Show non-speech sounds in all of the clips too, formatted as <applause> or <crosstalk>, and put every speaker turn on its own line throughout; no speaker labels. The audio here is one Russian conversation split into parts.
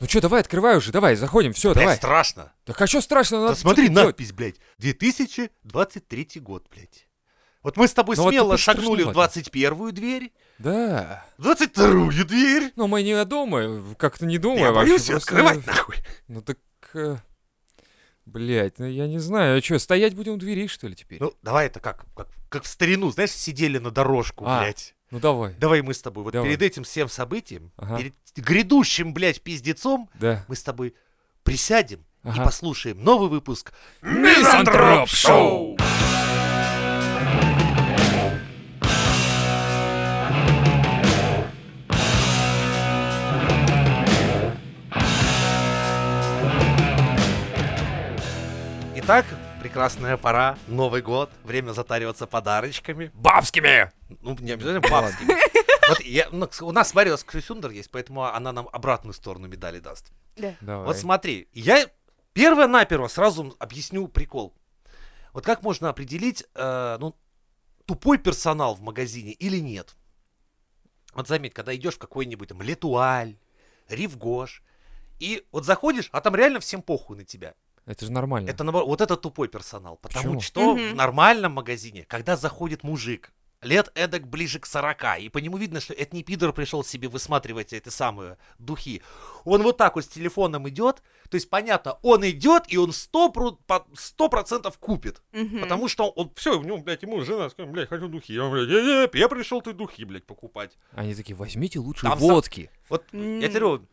Ну что, давай, открывай уже, давай, заходим, все,
Блядь,
давай.
страшно.
Так а что страшно?
Да
Надо
смотри,
что-то делать.
надпись, блядь. 2023 год, блядь. Вот мы с тобой
Ну вот
смело
тут
шагнули в
страшновато.
21 дверь,
Да.
в 22 дверь.
Ну мы не думаем, как-то не думаем
Я
вообще.
боюсь её
просто- <laughs>
открывать, нахуй.
Ну так... э, Блять, ну я не знаю, а что, стоять будем у двери, что ли, теперь?
Ну, давай это как, как, как в старину, знаешь, сидели на дорожку,
А.
блядь.
Ну давай.
Давай мы с тобой вот
Давай.
перед этим всем событием,
Ага.
перед грядущим, блядь, пиздецом,
Да.
мы с тобой присядем и
Ага.
послушаем новый выпуск
Мизантроп Шоу!
Итак, прекрасная пора, Новый год, время затариваться подарочками.
Бабскими!
Ну, не
<laughs>
обязательно бабскими. Вот я, ну, кс- у нас, смотри, у нас Крисюндер есть, поэтому она нам обратную сторону медали даст.
Давай.
Вот смотри, я первое-наперво сразу объясню прикол. Вот как можно определить, э, ну, тупой персонал в магазине или нет? Вот заметь, когда идешь в какой-нибудь там Летуаль, Ривгош, и вот заходишь, а там реально всем похуй на тебя.
Это же нормально.
Это наоборот, вот это тупой персонал. Потому
Почему?
что в
Мгм.
нормальном магазине, когда заходит мужик, лет эдак ближе к 40, и по нему видно, что это не пидор пришел себе высматривать эти самые духи. Он вот так вот с телефоном идет, то есть понятно, он идет, и он сто пру- по- сто процентов купит.
Мгм.
Потому что он, все, у него, блядь, ему жена сказала, блядь, хочу духи. Я, блядь, «Э, э, я пришел ты духи, блядь, покупать.
Они такие, возьмите лучше
Там сам-
водки.
Вот
М.
я тебе говорю,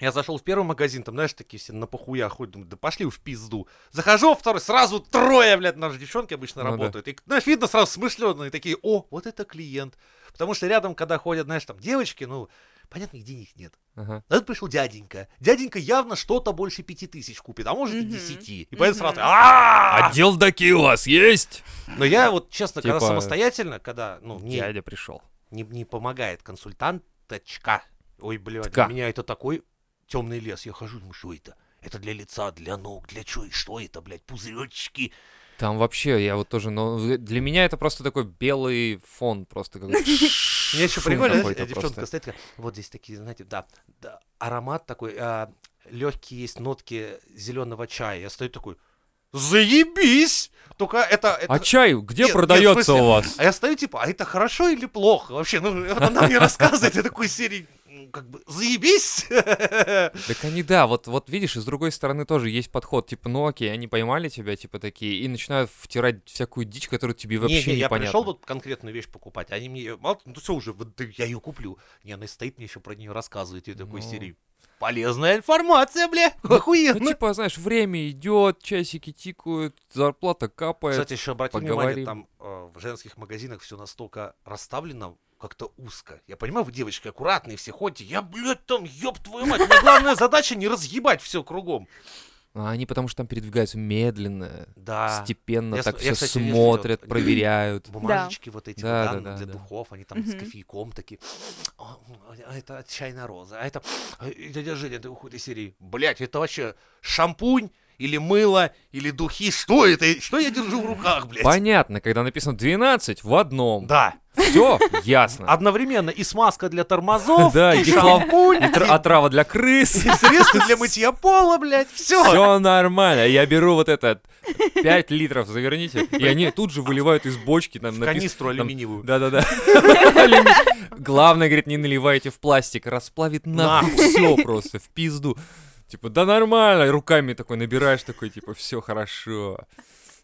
я зашел в первый магазин, там, знаешь, такие все на похуя ходят, думаю, да пошли уж в пизду. Захожу во второй, сразу трое, блядь, наши девчонки обычно
Ну да.
работают. И, знаешь, видно сразу смышленные такие, о, вот это клиент. Потому что рядом, когда ходят, знаешь, там девочки, ну, понятно, где их нет.
Ага.
А тут пришел дяденька. Дяденька явно что-то больше пяти тысяч купит, а может и
Мгм.
десяти. И поэтому сразу,
Мгм.
«А-а-а!»
Отдел доки у вас есть?
Но я вот, честно,
А
когда
Типа-
самостоятельно, когда, ну, не,
Дядя пришел.
не, не помогает консультанточка. Ой, блядь,
Тка.
у меня это такой темный лес. Я хожу, думаю, что это? Это для лица, для ног, для чего? и Что это, блядь, пузыречки?
Там вообще, я вот тоже, но для меня это просто такой белый фон, просто как
<laughs> Мне еще
еще
прикольно, знаешь, девчонка стоит такая, вот здесь такие, знаете, да, да, аромат такой, легкие есть нотки зеленого чая. Я стою такой, заебись! Только это... это...
А чай где
Нет, нет, в
продается
смысле,
у вас?
А я стою типа, а это хорошо или плохо? Вообще, ну, она <laughs> мне рассказывает, я такой серии, ну, как бы, заебись! <laughs>
Так они, да, вот, вот видишь, и с другой стороны тоже есть подход, типа, ну окей, они поймали тебя, типа, такие, и начинают втирать всякую дичь, которую тебе
Не,
вообще
не, я
непонятно.
пришел вот конкретную вещь покупать, они мне, её- мало, ну все уже, вот, да я ее куплю. Не, она стоит, мне еще про нее рассказывает, и такой
Ну.
серии. Полезная информация, бля, <laughs>
Ну,
охуенно.
типа, знаешь, время идет, часики тикают, зарплата капает.
Кстати, еще обрати внимание,
поговорим.
там э, в женских магазинах все настолько расставлено как-то узко. Я понимаю, вы девочки аккуратные все ходите. Я, блядь, там, ёб твою мать. У меня главная задача не разъебать все кругом.
А они потому что там передвигаются медленно,
Да.
степенно,
А, Я с-
так
я,
все
кстати, вижу,
смотрят,
идёт.
проверяют.
Бумажечки вот эти
Да, да,
вот, да, ну,
да,
для
да.
духов, они там с
Мгм.
кофейком такие. «О, а это от чайной розы, а это а, и дядя Женя, это уходит из серии. Блять, это вообще шампунь или мыло или духи? Что это? И Что я держу в руках, блядь?
Понятно, когда написано 12 в одном.
Да,
Все ясно.
А, одновременно и смазка для тормозов,
Да,
и
и дихлов-
шампунь,
И тр- а Отрава А для крыс.
<laughs> и средства для мытья пола, блядь, все.
Все нормально. Я беру вот этот 5 литров, заверните. И они тут же выливают из бочки. Там
В
написано.
канистру алюминиевую.
Да-да-да.
<laughs>
Алюми- Главное, говорит, не наливайте в пластик. Расплавит нахуй
Нахуй.
все просто, в пизду. Типа, да нормально. И Руками такой набираешь, такой, типа, все хорошо.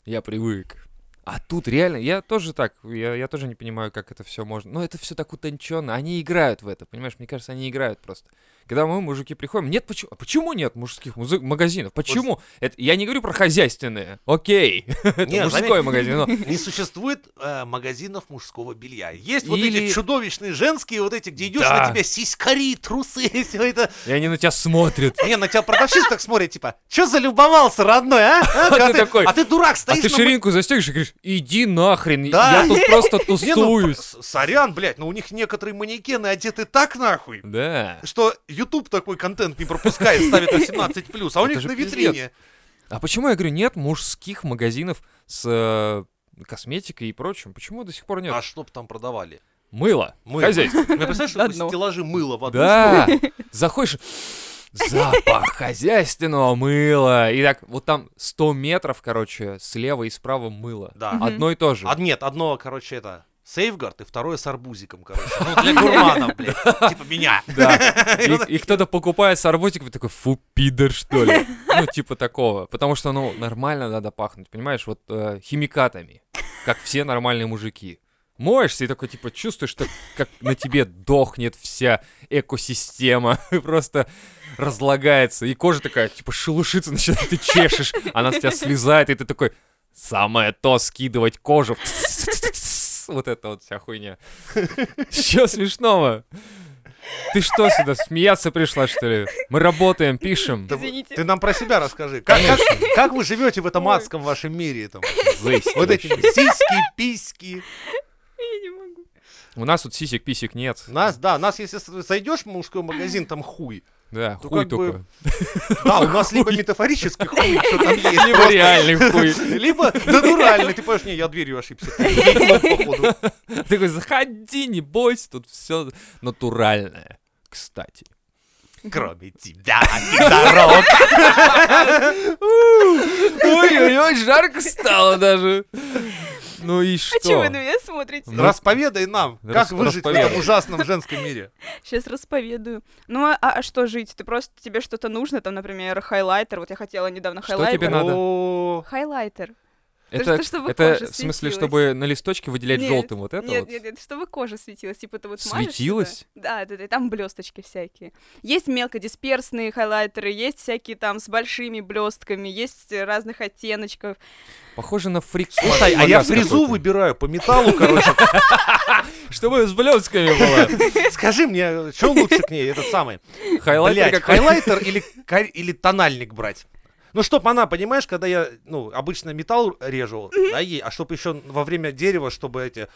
Я привык. А тут реально, я тоже так, я, я тоже не понимаю, как это все можно. Но это все так утонченно. Они играют в это, понимаешь? Мне кажется, они играют просто. Когда мы, мужики, приходим, нет, почему? а Почему нет мужских музы- магазинов? Почему? Это, я не говорю про хозяйственные. Окей. <laughs>
Не,
Это мужской
заметь,
магазин. но-
Не существует э, магазинов мужского белья. Есть вот
Или-
эти чудовищные женские, вот эти, где идешь,
Да.
на тебя сиськари, трусы, <laughs> все это.
И они на тебя смотрят.
Не, на тебя продавщица так смотрит, типа, что залюбовался, родной, а? А, когда
<laughs> ты такой,
а ты дурак стоишь.
А ты
на
ширинку застегиваешь и говоришь, иди нахрен,
Да.
я тут
<laughs>
просто
ма- Не, ну,
тусуюсь.
с- сорян, блядь, но у них некоторые манекены одеты так нахуй,
Да.
что YouTube такой контент не пропускает, ставит 18+, а у
Это
них
же
на
пиздец.
витрине.
А почему, я говорю, нет мужских магазинов с э, косметикой и прочим? Почему до сих пор нет?
А что б там продавали?
Мыло.
Мыло.
Хозяйство.
<laughs>
Я представляешь, что такое
Одно.
стеллажи мыла в одну
Да. <laughs> Заходишь, запах хозяйственного мыла. И так, вот там 100 метров, короче, слева и справа мыло.
Да.
Мгм.
Одно и то же.
А, нет, одно, короче, это сейфгард, и второе с арбузиком, короче.
<laughs>
Ну, для гурманов, блядь. Типа меня.
Да. И, и кто-то покупает с арбузиком и такой, фу, пидор, что ли. Ну, типа такого. Потому что, ну, нормально надо пахнуть, понимаешь, вот э, химикатами, как все нормальные мужики. Моешься и такой, типа, чувствуешь, что как на тебе дохнет вся экосистема. <laughs> Просто разлагается. И кожа такая, типа, шелушится, начинает, ты чешешь. Она с тебя слезает, и ты такой, самое то скидывать кожу. <laughs> Вот это вот вся хуйня. Чё смешного? Ты что сюда, смеяться пришла, что ли? Мы работаем, пишем.
Да вы-
Извините.
Ты нам про себя расскажи. Как, как- как вы живете в этом
Ой.
адском вашем мире? Там?
Жесть
Вот эти
вообще.
сиськи, письки.
Я не могу.
У нас тут сисек-писек нет.
Нас, да, нас, если с- зайдешь в мужской магазин, там хуй.
Да,
Ну,
хуй
как бы, <laughs>
только.
Да, у нас либо метафорический хуй, что там <laughs> есть.
Либо
просто,
реальный хуй.
Либо натуральный. Ты понимаешь, не, я дверью <laughs> ошибся. Походу.
Ты такой, заходи, не бойся, тут все натуральное. Кстати.
Кроме тебя, пидорок.
Ой-ой-ой, жарко стало даже. Ну и
А чего вы
что?
на меня смотрите?
Ну,
Расповедай нам, как
Рас-
выжить в этом
расповедай.
ужасном женском мире.
Сейчас расповедаю. Ну, а, а что жить? Ты просто, тебе что-то нужно, там, например, хайлайтер. Вот я хотела недавно
Что
хайлайтер.
тебе надо?
О,
Хайлайтер.
Это,
что- чтобы
это
кожа
в смысле,
светилась.
чтобы на листочке выделять
Нет,
желтым вот это
нет,
вот?
нет, нет, чтобы кожа светилась, типа ты вот
Светилась?
Светилась? Да, да, да, там блесточки всякие. Есть мелкодисперсные хайлайтеры, есть всякие там с большими блестками, есть э, разных оттеночков.
Похоже на фрик.
Слушай, а я
магаз
фрезу
какой-то.
выбираю по металлу, короче.
Чтобы с блестками
<laughs>
было.
Скажи мне, что лучше к ней, этот самый?
Хайлайтер
Блядь,
какой.
хайлайтер или, кор- или тональник брать? Ну, чтоб она, понимаешь, когда я, ну, обычно металл режу, да, ей, а чтоб еще во время дерева, чтобы эти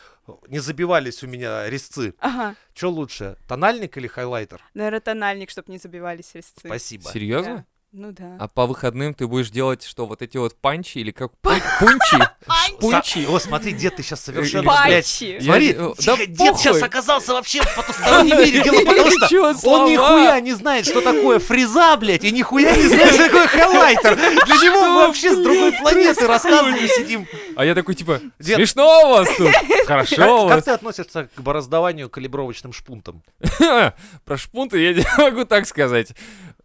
не забивались у меня резцы.
Ага,
Че лучше, тональник или хайлайтер?
наверное, тональник, чтобы не забивались резцы.
Спасибо.
Да.
Серьезно?
Ну да.
А по выходным ты будешь делать что, вот эти вот панчи или как? Пу- Пунчи?
<laughs>
Пунчи?
Са- О, смотри, дед, ты сейчас совершенно, блядь.
Патчи.
Смотри,
Я- э,
тихо,
да
дед сейчас
похуй.
оказался вообще в потустороннем
<laughs>
мире. Дело потому, что
Чё,
он
слова?
нихуя не знает, что такое фреза, блядь, и нихуя не знает, что такое хайлайтер. Для него мы вообще с другой планеты рассказываем, сидим.
А я такой типа,
Дед.
смешно у вас
<laughs>
тут, хорошо у
Как, как
вас.
ты относишься к бороздаванию калибровочным шпунтом?
<laughs> Про шпунты я не <laughs> могу так сказать.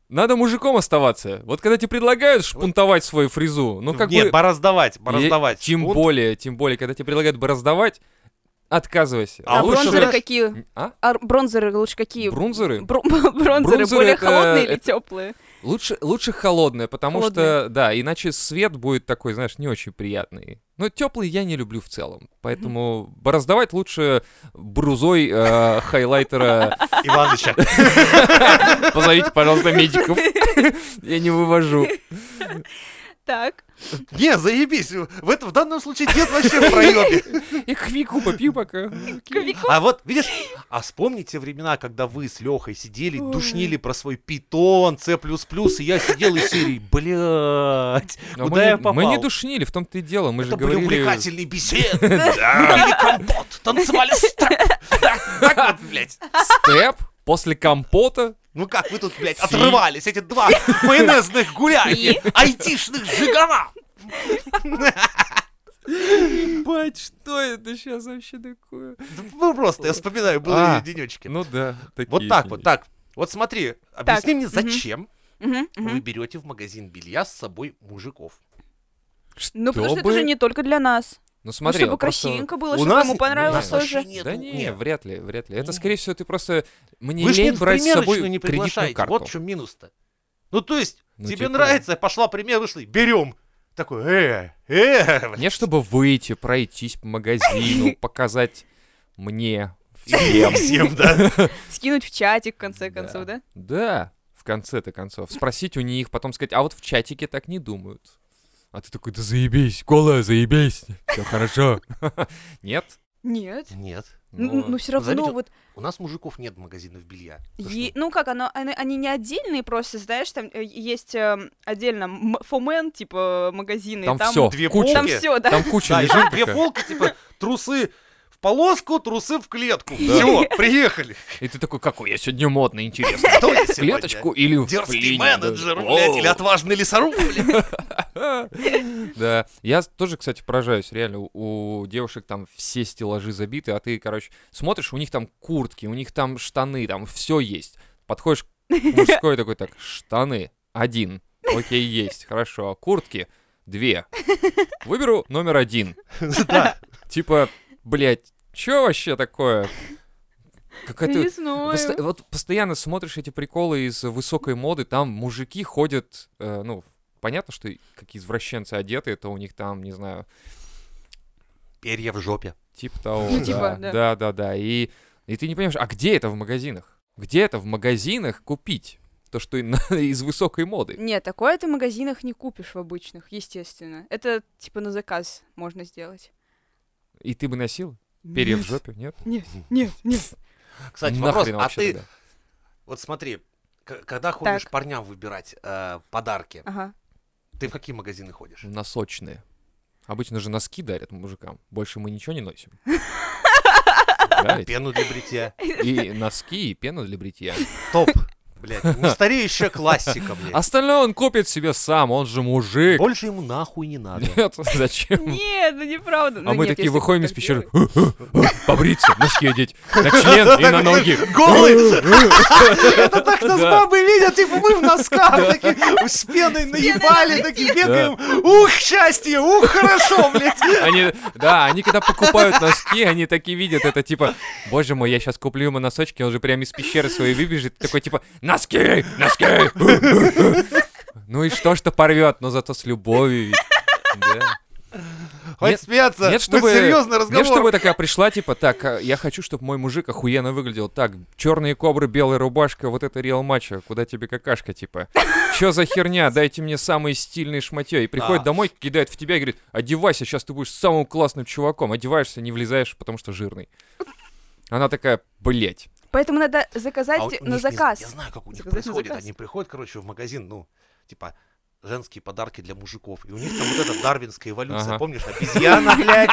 Надо мужиком оставаться. Вот когда тебе предлагают шпунтовать свою фрезу, ну как
Нет,
бы...
бороздавать,
Е-
бороздавать.
Тем
шпунт.
более, тем более, когда тебе предлагают бороздавать, отказывайся.
А
А,
лучше
бронзеры
наш-
какие?
А?
А бронзеры лучше какие?
Брунзеры?
Бру- <laughs> бронзеры
Бронзеры
более
это- э,
холодные или
это-
теплые?
Лучше, лучше холодное, потому что, да, иначе свет будет такой, знаешь, не очень приятный. Но теплый я не люблю в целом. Поэтому бороздавать лучше брузой э, хайлайтера. <laughs>
Иваныча.
Позовите, пожалуйста,
<laughs>
медиков. Я не вывожу.
Так.
Не, заебись. В, этом, в данном случае дед вообще в проебе.
И квику попью пока.
Квику.
А вот, видишь, а вспомните времена, когда вы с Лехой сидели,
Ой.
душнили про свой питон, С++, и я сидел из серии, блядь,
Но А
куда
мы,
я
не-
попал?
мы не душнили, в том-то и дело. Мы
Это
же
были
говорили... <laughs>
увлекательные беседы. Да. Пили компот, танцевали степ. Так вот, блядь.
Степ после компота.
Ну как вы тут, блядь,
Фи.
отрывались, эти два майонезных гуляния, айтишных жигана.
Ебать, что это сейчас вообще такое?
Ну просто, я вспоминаю, были
А.
денечки.
Ну да.
Вот
такие
так
дни.
вот, так. Вот смотри, объясни мне,
мгм.
зачем
Мгм, мгм.
вы берете в магазин белья с собой мужиков?
Ну, потому что это
Чтобы-
же не только для нас.
Ну
Ну,
смотри,
чтобы
он просто-
красивенько было,
У
чтобы
нас-
ему
у нас
понравилось тоже.
вообще
да
нету.
не,
Нет.
вряд ли, вряд ли. Это,
Не.
скорее всего, ты просто... Мне
Вы ж
лень
не в
брать с собой
примерочную не
кредитную
приглашаете.
карту.
Вот в чем минус-то. Ну то есть,
Ну,
тебе
типа-
нравится, пошла пример, вышли, берем. Такой, э, э, блядь.
Не, чтобы выйти, пройтись по магазину, показать мне,
<laughs>
всем.
<laughs> Всем, да.
Скинуть в чатик, в конце концов, да?
Да, в конце-то концов. Спросить у них, потом сказать, а вот в чатике так не думают. А ты такой, да заебись, голая, заебись, все хорошо. <laughs> <laughs> Нет?
Нет.
Нет.
Ну,
Ну, все равно
заметил,
вот...
У нас мужиков нет магазинов белья. Ты
е-
что?
Ну, как, оно, они, они не отдельные просто, знаешь, там э, есть э, отдельно м- фомен, типа, магазины.
Там всё,
Две
куча.
Там
полки.
все, да.
Там куча
<laughs> ну, Да, и
лежит
там
<laughs>
две
такая.
полки, типа трусы в полоску, трусы в клетку.
Да.
Все,
<laughs>
приехали.
И ты такой, какой я сегодня модный, интересно.
Кто я
В
<laughs> сегодня?
Клеточку или в
Дерзкий
клине,
менеджер,
да.
блядь, или
Воу. <laughs>
отважный лесоруб, блядь.
Да, я с- тоже, кстати, поражаюсь, реально, у у девушек там все стеллажи забиты, а ты, короче, смотришь, у них там куртки, у них там штаны, там все есть. Подходишь к мужской такой, так, штаны, один, окей, есть, хорошо, а куртки, две. Выберу номер один.
Да.
Типа, блядь, чё вообще такое? Какая-то...
Не знаю.
Посто- Вот постоянно смотришь эти приколы из высокой моды, там мужики ходят, э, ну, понятно, что и- как извращенцы одеты, это у них там, не знаю,
Перья в жопе.
типа того.
Ну,
да,
типа, да.
да, да, да. И, и ты не понимаешь, а где это в магазинах? Где это в магазинах купить? То, что и на- <laughs> из высокой моды.
Нет, такое ты в магазинах не купишь в обычных, естественно. Это типа на заказ можно сделать.
И ты бы носил? Перья в жопе, нет?
Нет, нет, нет.
Кстати, вопрос,
Нахрен
а
вообще
ты,
тогда?
вот смотри, к- когда ходишь
Так.
парням выбирать э, подарки,
Ага.
ты в какие магазины ходишь?
Носочные. Обычно же носки дарят мужикам. Больше мы ничего не
<laughs>
носим. Да, ведь?
Пену для бритья.
И носки, и пена для бритья.
Топ. Блядь,
<laughs>
не стареющая классика, блядь.
Остальное он купит себе сам, он же мужик.
Больше ему нахуй не надо.
Нет, <laughs> зачем?
Нет, ну неправда.
А мы такие выходим из пещеры, «Э, побриться, носки одеть, на член и на ноги.
Голый!
<laughs>
Это так нас
Да.
бабы видят, типа мы в носках, такие с пеной наебали, такие бегаем. Ух, счастье, ух, хорошо, блядь.
Они, да, они когда покупают носки, они такие видят, это типа, боже мой, я сейчас куплю ему носочки, он же прямо из пещеры своей выбежит, такой типа, носки, носки.
<laughs>
Ну и что, что порвет, но зато с любовью ведь. Да.
Хоть
Нет-
смеяться,
Нет,
мы
чтобы,
серьезный
нет, чтобы
разговор.
такая пришла, типа, так, а, я хочу, чтобы мой мужик охуенно выглядел. Так, черные кобры, белая рубашка, вот это реал матча, куда тебе какашка, типа. Чё за херня, дайте мне самые стильные шматье. И приходит
Да.
домой, кидает в тебя и говорит, одевайся, сейчас ты будешь самым классным чуваком. Одеваешься, не влезаешь, потому что жирный. Она такая, блять.
Поэтому надо
А
заказать
у них
на
не-
заказ.
Я знаю, как у них
Заказать на
происходит.
заказ.
Они приходят, короче, в магазин, ну, типа, женские подарки для мужиков. И у них там вот эта дарвинская эволюция,
Ага.
помнишь, обезьяна, блядь,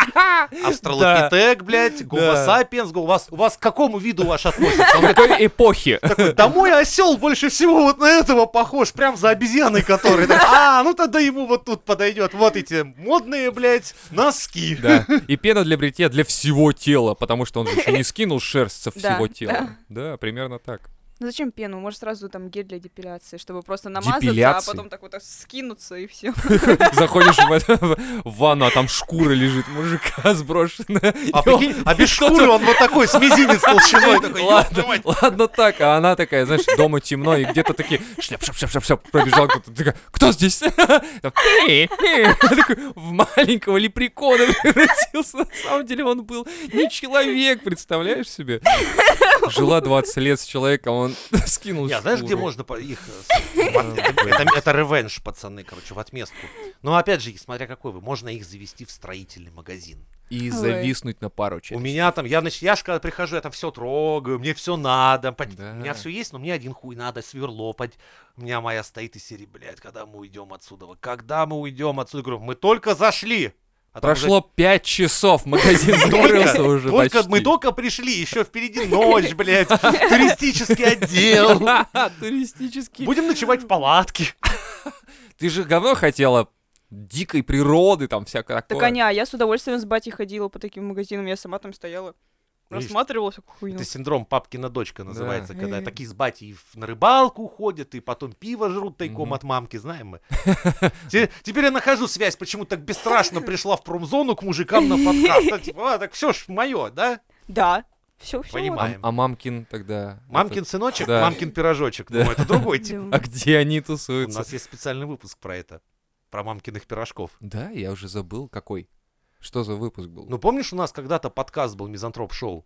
австралопитек, блядь, гомо
Да.
сапиенс, го- у вас, у вас к какому виду ваш относится?
В какой эпохи?
Такой, да мой осел больше всего вот на этого похож, прям за обезьяной который. Так, А, ну тогда ему вот тут подойдет. Вот эти модные, блядь, носки.
<laughs> Да. И пена для бритья для всего тела, потому что он же еще не скинул шерсть со
Да,
всего тела. Да, примерно так.
Ну зачем пену? Может сразу там гель для депиляции, чтобы просто намазаться,
Депиляции?
а потом так вот так скинуться и все.
<laughs> Заходишь в, это, в- в ванну, а там шкура лежит мужика <laughs> сброшенная.
А,
И он-
прикинь, а без шкуры он вот такой, с мизинец толщиной. Такой, «Ёб твою мать».
Ладно, <laughs> ладно так, а она такая, знаешь, дома темно, и где-то такие шляп шляп шляп шляп шляп пробежал кто-то, такая, кто здесь? <laughs> Там, «Э, <laughs> э». Такой, в маленького лепрекона <laughs> превратился, на самом деле он был не человек, представляешь себе? Жила 20 лет с человеком, он <laughs> скинул
Не, а знаешь, где
шкуру.
можно по- их...
<laughs>
э, с- в- Это это- это ревенж, пацаны, короче, в отместку. Но опять же, смотря какой вы, можно их завести в строительный магазин.
И
Ой.
зависнуть на пару
У
через.
меня там, я, значит, я ж когда прихожу, я там все трогаю, мне все надо. пон-
Да.
У меня все есть, но мне один хуй надо, сверло. под- У меня моя стоит и серии, блядь, когда мы уйдем отсюда? Вы Когда мы уйдем отсюда? Говорю, мы только зашли. А там уже
Прошло 5 часов, магазин закрылся уже
<laughs> Только
почти.
мы только пришли, еще впереди ночь,
<laughs>
блядь, туристический <laughs> отдел.
Туристический.
Будем ночевать в палатке.
Ты же говно хотела дикой природы, там всякое такое.
Так Аня, я с удовольствием с батей ходила по таким магазинам, я сама там стояла,
Видишь,
рассматривала всякую хуйню.
Это синдром папкина дочка называется,
Да.
когда такие с батей в- на рыбалку ходят и потом пиво жрут тайком
Мгм.
от мамки, знаем мы. Те- Теперь я нахожу связь, почему так бесстрашно пришла в промзону к мужикам на подкаст. Да, Типа, а, так все ж мое, да?
Да, все, все.
А,
Понимаю.
а мамкин тогда...
Мамкин сыночек,
Да.
мамкин пирожочек.
Да.
Ну, это другой тип.
это- А где они
У
тусуются?
нас есть специальный выпуск про это. Про мамкиных пирожков.
Да, я уже забыл, какой. Что за выпуск был?
Ну, помнишь, у нас когда-то подкаст был «Мизантроп-шоу»?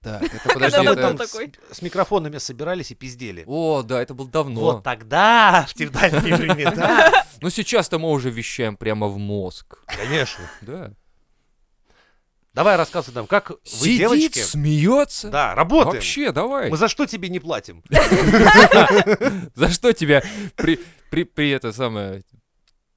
так, это подожди,
Когда мы
это-
там
был
с-
такой.
с микрофонами собирались и пиздели.
О, да, это было давно.
Вот тогда, в те дальние времена.
Но сейчас-то мы уже вещаем прямо в мозг.
Конечно.
Да.
Давай рассказывай нам, как вы,
Сидит,
девочки,
смеется.
да, работаем.
Вообще, давай.
Мы за что тебе не платим?
За что тебя при, при, при это самое...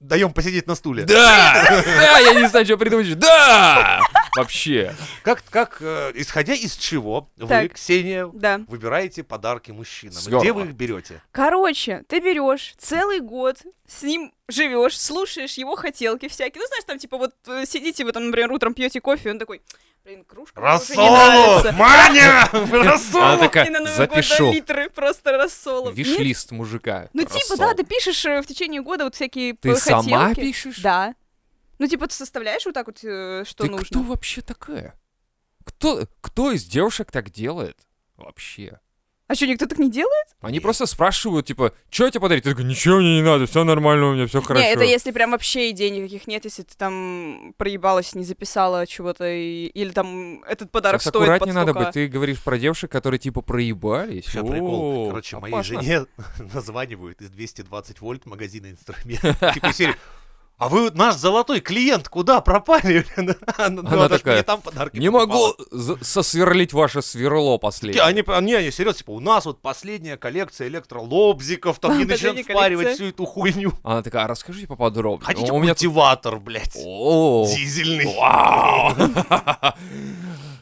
Даем посидеть на стуле.
<laughs> Да! Да, я не знаю, что придумать. Да! Вообще.
Как, как э, исходя из чего вы,
Так.
Ксения,
Да.
выбираете подарки мужчинам? И
Здорово.
Где вы их берете?
Короче, ты берешь целый год, с ним живешь, слушаешь его хотелки всякие. Ну, знаешь, там, типа, вот э, сидите, вы там, например, утром пьете кофе, и он такой, блин, кружка мне уже не
Рассолу!
нравится.
Маня! <laughs>
Она
Рассолу!
И
такая,
на Новый год
запишу.
там литры просто рассолов. Нет,
Виш-лист мужика.
Ну, типа, да,
Рассол.
ты пишешь э, в течение года вот всякие
Ты
п-
сама
хотелки.
пишешь?
Да. Ну, типа, ты составляешь вот так вот, э, что
Ты
нужно.
кто вообще такая? Кто, кто из девушек так делает? Вообще.
А что, никто так не делает?
Они
Нет.
просто спрашивают, типа, что тебе подарить? Ты такой, ничего мне не надо, все нормально у меня, все хорошо.
Не, это если прям вообще идей никаких нет, если ты там проебалась, не записала чего-то, и- или там этот подарок
Сейчас
стоит под
аккуратнее надо
столько.
быть. Ты говоришь про девушек, которые типа проебались.
Сейчас
О,
прикол. Короче, моей
опасно.
жене <laughs> названивают из 220 вольт магазина инструментов. <laughs> Типа из серии, А вы наш золотой клиент куда пропали? <laughs> Она, она ж
такая,
мне там подарки
Не
покупала».
могу за- сосверлить ваше сверло
Такие,
последнее.
Они, они, они серьезно, типа, у нас вот последняя коллекция электролобзиков, там не
Это не
начинают
коллекция.
впаривать всю эту хуйню.
Она такая, а расскажите поподробнее.
Хотите
у меня...
культиватор, блядь,
О,
дизельный.
вау. <laughs>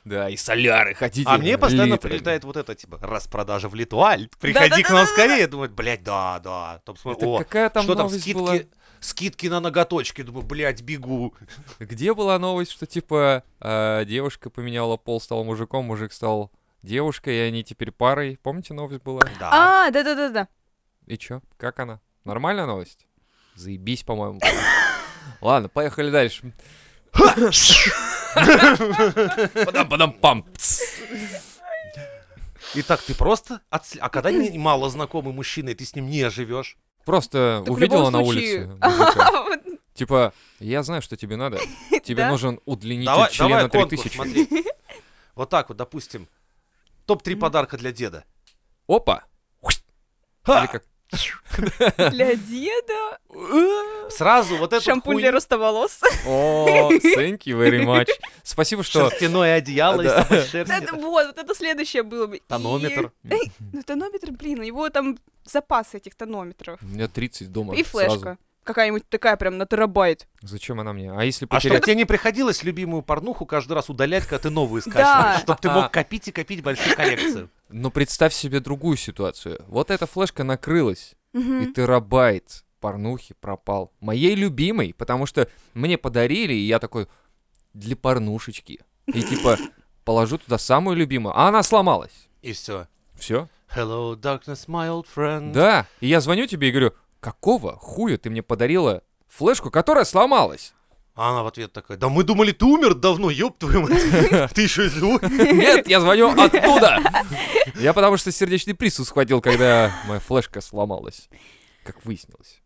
Да, и соляры хотите.
А мне постоянно
литрами.
прилетает вот это, типа, распродажа в Литуаль, приходи к нам скорее. Я думаю, блядь, да, да. Там смотрю,
Это
о,
какая там
что там,
новость была?
скидки, скидки на ноготочки. Думаю, блядь, бегу.
Где была новость, что типа э, девушка поменяла пол, стала мужиком, мужик стал девушкой, и они теперь парой. Помните новость была?
Да.
А, <laughs> да-да-да-да.
И чё? Как она? Нормальная новость? Заебись, <laughs> по-моему. была. Ладно, поехали дальше. <laughs> Подам, подам, пам.
Итак, ты просто... отс- А когда не- мало знакомый мужчина, и ты с ним не живешь?
Просто
Так в
увидела
любом
на
случае-
улице. мужика.
А Вот,
Типа, я знаю, что тебе
<laughs>
надо. Тебе
Да?
нужен удлинитель
Давай,
члена
давай конкурс,
3000.
смотри.
<laughs>
Вот так вот, допустим. Топ-3 подарка для деда. <laughs>
Опа!
Ха!
Или как?
Для деда.
Сразу вот это
Шампунь для роста волос.
О, thank you very much. Спасибо, что...
шерстяное одеяло из
Да.
собачьей шерсти.
Это Вот, вот это следующее было бы. И-
Тонометр.
Ну, тонометр, блин, у него там запас этих тонометров.
У меня 30 дома.
И
сразу.
флешка. Какая-нибудь такая прям на терабайт.
Зачем она мне? А если
А чтобы
потерять?
тебе не приходилось любимую порнуху каждый раз удалять, когда ты новую
Да.
скачиваешь, чтобы ты мог копить и копить большую коллекцию.
Но Ну, представь себе другую ситуацию. Вот эта флешка накрылась, и
Мгм.
терабайт порнухи пропал. Моей любимой, потому что мне подарили, и я такой, для порнушечки. И типа, положу туда самую любимую. А она сломалась.
И все.
Все.
Hello, darkness, my old friend.
Да. И я звоню тебе и говорю, какого хуя ты мне подарила флешку, которая сломалась? <laughs>
А она в ответ такая, да мы думали, ты умер давно, ёб твою <laughs> мать. Ты еще живой?
Нет, я звоню
<laughs>
оттуда. Я потому что сердечный приступ схватил, когда моя флешка сломалась. Как
<laughs>
выяснилось.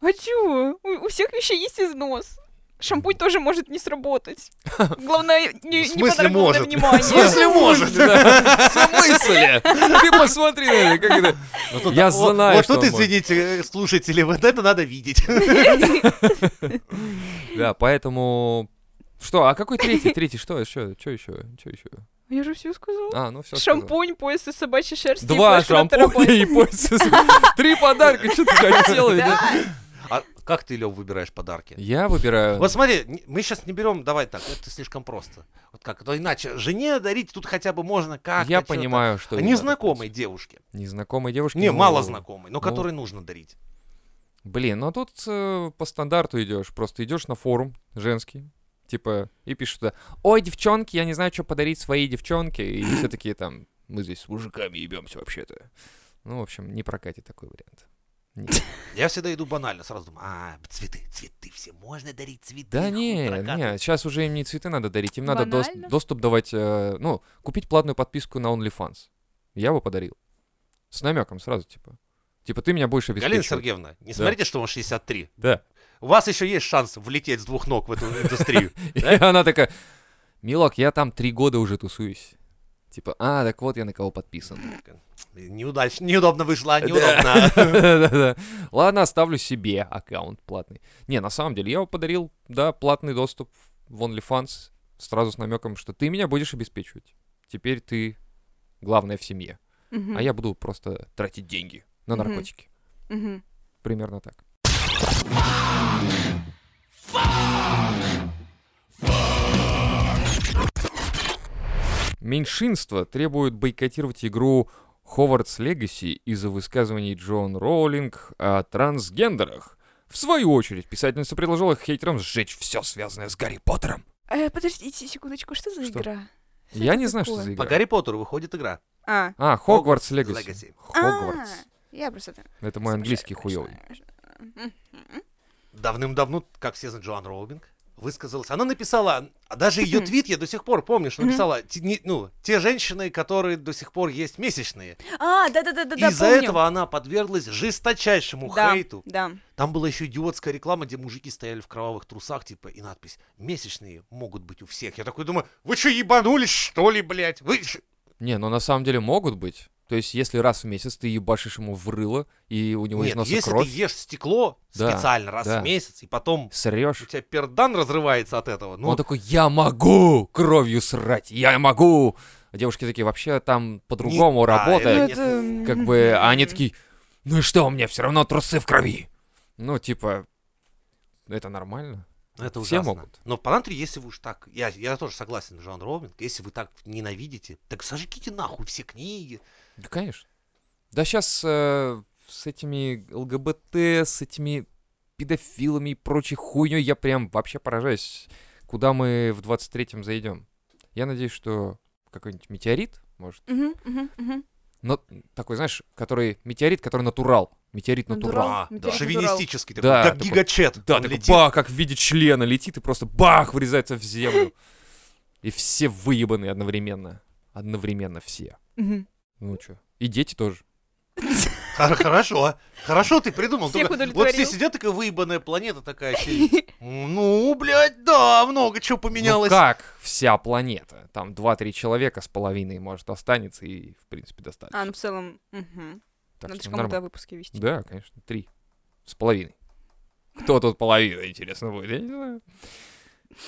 А чё? У у всех вещей есть износ. Шампунь тоже может не сработать. Главное, не,
В
не
смысле
подарок, главное
может? <laughs>
внимание. Ну,
В смысле может?
Да. В смысле? Ты посмотри на это, как это. Я
Вот-
знаю,
Вот
что
Ну, тут,
он может.
извините, э, слушатели, вот это надо видеть.
Да, поэтому... Что, а какой третий? Третий, что еще? Что еще? Что еще?
Я же все сказала.
А, ну все.
Шампунь, пояс из собачьей шерсти. и
Два
типа,
флешка
<laughs>
на
шампуня
терабайт.
и пояс. из- Три подарка, что
<laughs>
ты хотела? да?
А как ты, Лев, выбираешь подарки?
Я выбираю...
Вот смотри, н- мы сейчас не берем, давай так, это слишком просто. Вот как, то иначе жене дарить тут хотя бы можно как-то.
Я
чё-то.
понимаю, что...
А
ей надо.
Незнакомой девушке.
Незнакомой девушке.
Не,
ну,
мало знакомой, но
ну.
которой нужно дарить.
Блин, ну а тут э, по стандарту идешь. Просто идешь на форум женский, типа, и пишут туда, ой, девчонки, я не знаю, что подарить своей девчонке. И все такие там, мы здесь с мужиками ебемся вообще-то. Ну, в общем, не прокатит такой вариант. Нет.
<laughs> Я всегда иду банально, сразу думаю, а, цветы, цветы все, можно дарить цветы.
Да
хуй
не,
прокатывает».
не, сейчас уже им не цветы надо дарить, им надо дос-
Банально.
доступ давать, э, ну, купить платную подписку на OnlyFans. Я бы подарил. С намеком сразу, типа. Типа, ты меня будешь
Галина
обеспечивать.
Сергеевна, не
Да.
смотрите, что вам 63.
Да.
У вас еще есть шанс влететь с двух ног в эту
<laughs>
индустрию.
И она такая, милок, я там три года уже тусуюсь. Типа, а, так вот я на кого
<laughs>
подписан.
Неудач, неудобно
<laughs>
вышла, неудобно.
Да-да-да. Ладно, оставлю себе аккаунт платный. Не, на самом деле, я его подарил, да, платный доступ в OnlyFans сразу с намеком, что ты меня будешь обеспечивать. Теперь ты главное в семье.
Мгм.
А я буду просто тратить деньги на
Мгм.
наркотики.
Мгм.
Примерно так. Меньшинство требует бойкотировать игру Ховардс Легаси из-за высказываний Джон Роулинг о трансгендерах. В свою очередь, писательница предложила хейтерам сжечь все, связанное с Гарри Поттером.
Э, подождите секундочку, что за
Что?
игра? Что
Я
это
не знаю, что
такое?
за
По
игра.
Гарри Поттеру выходит игра.
А,
А, Хогвартс Легаси.
Legacy.
Хогвартс.
А, я просто... там
Это мой английский
соображаю,
хуёвый.
конечно. Мгм.
Давным-давно, как все знают, Джоан Роулинг высказалась. Она написала, а даже ее твит я до сих пор помню, что
Мгм.
написала, «Те- не- ну, те женщины, которые до сих пор есть месячные.
А, да-да-да-да,
Из-за этого она подверглась жесточайшему
да,
хейту.
да.
Там была еще идиотская реклама, где мужики стояли в кровавых трусах, типа, и надпись «Месячные могут быть у всех». Я такой думаю, вы что, ебанулись, что ли, блядь? Вы ш-
Не, ну на самом деле могут быть. То есть, если раз в месяц ты ебашишь ему в рыло, и у него из
Нет,
носа
если
кровь,
ты ешь стекло
Да,
специально раз
да.
в месяц, и потом у
срешь.
тебя пердан разрывается от этого, ну,
Он такой, я могу кровью срать, я могу. А девушки такие, вообще там по-другому
Не- а,
работает.
это-
Ну, это-
Как бы, а они такие, ну и что, у меня все равно трусы в крови. Ну, типа, это нормально.
это
все
ужасно.
могут.
Но по натуре, если вы уж так, я, я тоже согласен, Джон Роулинг, если вы так ненавидите, так сожгите нахуй все книги.
Да, конечно. Да сейчас с этими ЛГБТ, с этими педофилами и прочей хуйней я прям вообще поражаюсь, куда мы в 23-м зайдем. Я надеюсь, что какой-нибудь метеорит, может.
Мгм, мгм, мгм.
Но такой, знаешь, который метеорит, который натурал. Метеорит натурал.
Натурал.
Да,
ну,
да.
перед
Шовинистический такой,
Да,
как
такой,
гигачет.
Да,
он
такой
летит.
бах, как в виде члена летит и просто бах, врезается в землю. И все выебаны одновременно. Одновременно все.
Мгм.
Ну чё. И дети тоже.
Хор- Хорошо, а? хорошо ты придумал.
Всех
только вот
удовлетворил.
все сидят, такая выебанная планета такая. сидит. Ну, блядь, да, много чего поменялось.
Ну как вся планета? Там 2-3 человека с половиной, может, останется и, в принципе, достаточно.
А, ну в целом, мгм.
Так
надо
что
же кому-то
нормально.
о выпуске вести.
Да, конечно, три с половиной. Кто тут половина, интересно будет, я не знаю.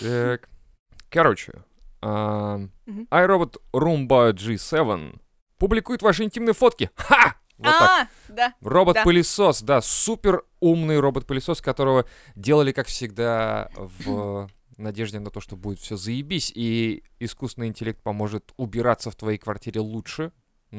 Так. Короче, ам,
Мгм.
iRobot Roomba G7 публикует ваши интимные фотки. Ха! Вот так.
а, да.
Робот-пылесос, да. супер умный робот-пылесос, которого делали, как всегда, в надежде на то, что будет все заебись, и искусственный интеллект поможет убираться в твоей квартире лучше.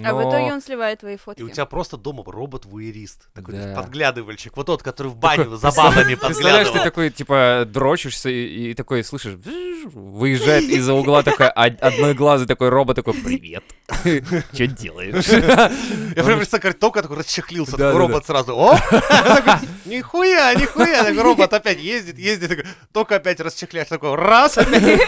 А в
но-
итоге он сливает твои фотки.
И у тебя просто дома робот-вуэрист. Такой
Да.
подглядывальщик. Вот тот, который в баню
Такой-
за бабами
Представляешь, ты
подглядывал.
такой, типа, дрочишься и, и такой, слышишь, «Бзж», выезжает из-за угла такой од- одноглазый такой робот, такой, привет, <laughs> что
<laughs>
делаешь?
Я прям представляю, как только такой расчехлился,
Да,
такой
да,
робот сразу. О! <laughs>
<laughs>
Такой, Нихуя, нихуя. Такой робот опять ездит, ездит. такой, Только опять расчехляешь. Такой раз опять.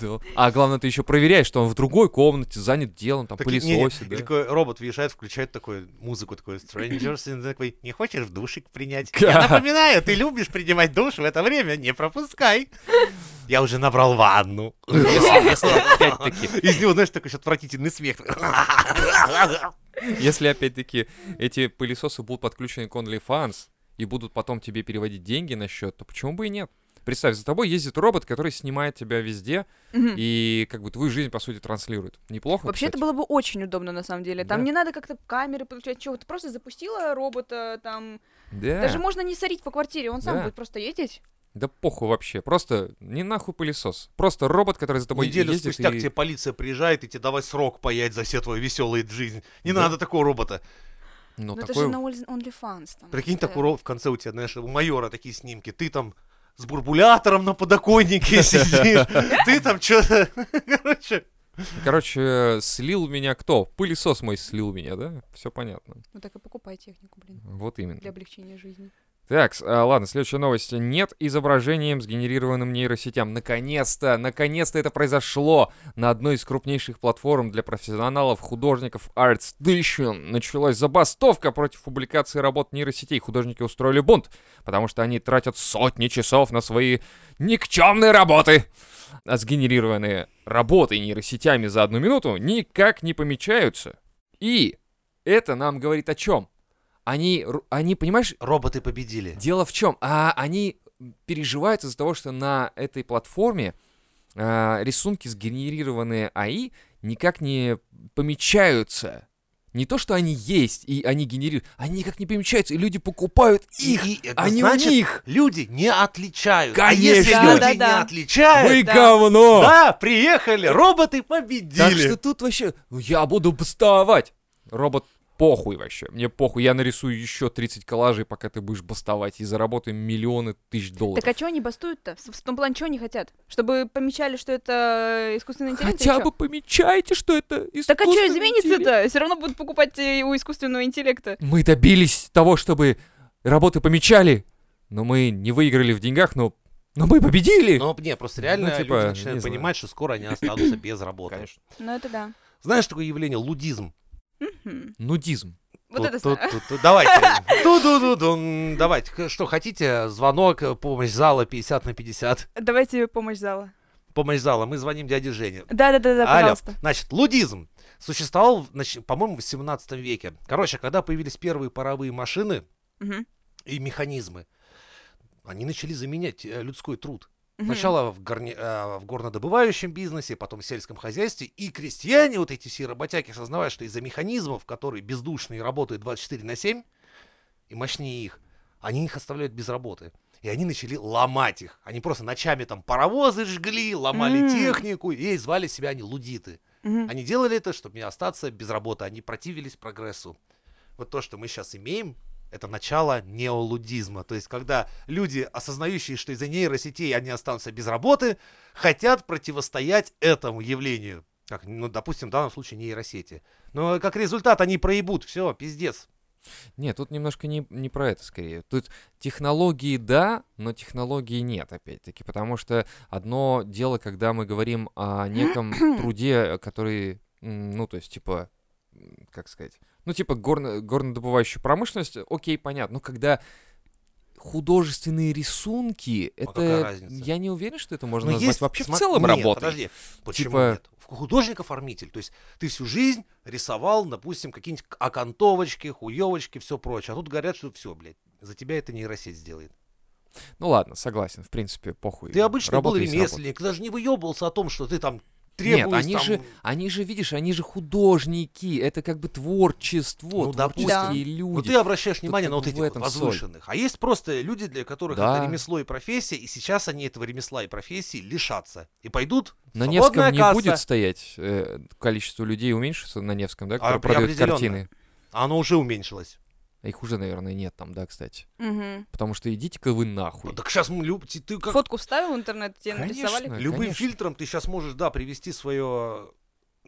Да. А главное, ты еще проверяешь, что он в другой комнате занят делом, там,
Такие, не, не.
пылесосит.
И
да.
такой робот въезжает, включает такую музыку, такой Strangers, in the- такой, не хочешь в душик принять?
Да.
Я напоминаю, ты любишь принимать душ в это время, не пропускай. Я уже набрал ванну.
Опять-таки,
Из него, знаешь, такой ещё отвратительный смех.
Если опять-таки эти пылесосы будут подключены к OnlyFans и будут потом тебе переводить деньги на счет, то почему бы и нет? Представь, за тобой ездит робот, который снимает тебя везде
Мгм.
и как бы твою жизнь, по сути, транслирует. Неплохо,
Вообще, это
кстати.
было бы очень удобно, на самом деле. Там
Да.
не надо как-то камеры подключать, чего. Ты просто запустила робота, там...
Да,
Даже можно не сорить по квартире, он сам
Да.
будет просто ездить.
да похуй вообще. Просто не нахуй пылесос. Просто робот, который за тобой
Неделю
ездит
спустя к
и-
тебе полиция приезжает и тебе давай срок паять за все твои веселые жизнь. Не
Да.
надо такого робота.
Ну,
Но это
такой...
же на Only- OnlyFans. там.
Прикинь,
Это-
такой робот в конце у тебя, знаешь, у майора такие снимки. Ты там с бурбулятором на подоконнике <laughs> сидишь. Ты там что-то... <laughs> Короче,
Короче, слил меня кто? Пылесос мой слил меня, да? Все понятно.
Ну так и покупай технику, блин,
Вот именно.
для облегчения жизни.
Так, с- а, ладно, следующая новость. Нет изображением, сгенерированным нейросетям. Наконец-то, наконец-то это произошло. На одной из крупнейших платформ для профессионалов, художников ArtStation началась забастовка против публикации работ нейросетей. Художники устроили бунт, потому что они тратят сотни часов на свои никчемные работы. А сгенерированные работы нейросетями за одну минуту никак не помечаются. И это нам говорит о чем? Они, ру- они, понимаешь,
роботы победили.
Дело в чем? А они переживают из-за того, что на этой платформе а, рисунки, сгенерированные АИ, никак не помечаются. Не то, что они есть, и они генерируют, они никак не перемещаются, и люди покупают их,
И- и это
а не
значит,
у них.
люди не отличают. А если
Конечно.
люди
Да, да,
не
да.
отличают,
Вы
да.
говно!
да, приехали, роботы
Так
победили.
что тут вообще, ну, я буду бастовать. Робот, похуй вообще. Мне похуй, я нарисую еще 30 коллажей, пока ты будешь бастовать, и заработаю миллионы тысяч долларов.
Так а чего они бастуют-то? В в том плане, чего они хотят? Чтобы помечали, что это искусственный интеллект? или
Хотя
чё?
бы помечайте, что это
Так а что
искусственный интеллект.
изменится-то? Все равно будут покупать э, у искусственного интеллекта.
Мы добились того, чтобы работы помечали, но мы не выиграли в деньгах, но, но мы победили.
Но не, просто реально
Ну, типа,
люди
не
начинают
знаю.
понимать, что скоро они останутся без работы.
Конечно.
Ну это да.
Знаешь такое явление лудизм?
Мгм.
Нудизм.
Вот это
Тут-
знаю.
тут- тут- Давайте. Ту-ду-ду-дун. Давайте. К- Что хотите? Звонок, э, помощь зала 50 на 50.
<laughs> Давайте помощь зала.
Помощь зала. Мы звоним дяде Жене.
Да-да-да,
Алло.
пожалуйста.
Значит, лудизм существовал, в, нач- по-моему, в 18 веке. Короче, когда появились первые паровые машины
Мгм.
и механизмы, они начали заменять э, людской труд.
Мгм.
Сначала в, горне- э, в горнодобывающем бизнесе, потом в сельском хозяйстве. И крестьяне, вот эти все работяги, осознавая, что из-за механизмов, которые бездушные работают 24 на 7, и мощнее их, они их оставляют без работы. И они начали ломать их. Они просто ночами там паровозы жгли, ломали
М.
технику, и звали себя они лудиты.
Мгм.
Они делали это, чтобы не остаться без работы. Они противились прогрессу. Вот то, что мы сейчас имеем, это начало неолудизма. То есть, когда люди, осознающие, что из-за нейросетей они останутся без работы, хотят противостоять этому явлению. Как, ну, допустим, в данном случае нейросети. Но как результат они проебут. Все, пиздец.
Нет, тут немножко не, не про это скорее. Тут технологии да, но технологии нет, опять-таки. Потому что одно дело, когда мы говорим о неком
<coughs>
труде, который, м, ну, то есть, типа, м, как сказать, ну, типа, горно, горнодобывающую промышленность, окей, понятно. Но когда художественные рисунки, это...
какая разница?
Я не уверен, что это можно
Но
назвать
Ну, есть-
вообще в
сма-
целом
Нет,
работой.
Подожди, почему
Типа-
нет? Художник-оформитель. То есть ты всю жизнь рисовал, допустим, какие-нибудь к- окантовочки, хуевочки, все прочее. А тут говорят, что все, блядь, за тебя это нейросеть сделает.
Ну ладно, согласен, в принципе, похуй.
Ты обычно
Работа
был
есть работа.
ремесленник, ты даже не выебывался о том, что ты там требуешь
Нет, они
там-
же, они же, видишь, они же художники, это как бы творчество,
Ну, допустим.
творческие
Да.
люди.
Ну, ты обращаешь внимание на
как
вот
бы в
этих вот
этом соль.
возвышенных. А есть просто люди, для которых
Да.
это ремесло и профессия, и сейчас они этого ремесла и профессии лишатся. И пойдут в
На
свободная
Невском не
касса.
будет стоять э, количество людей уменьшится на Невском, да, которые
при-
продают
определенно.
картины.
А оно уже уменьшилось.
Их уже, наверное, нет там, да, кстати.
Мгм.
Потому что идите-ка вы нахуй.
Так сейчас мы люб... ты- ты как
Фотку вставил в интернет, тебе
Конечно.
нарисовали?
Да,
Любым
Э, конечно.
фильтром ты сейчас можешь, да, привести свою,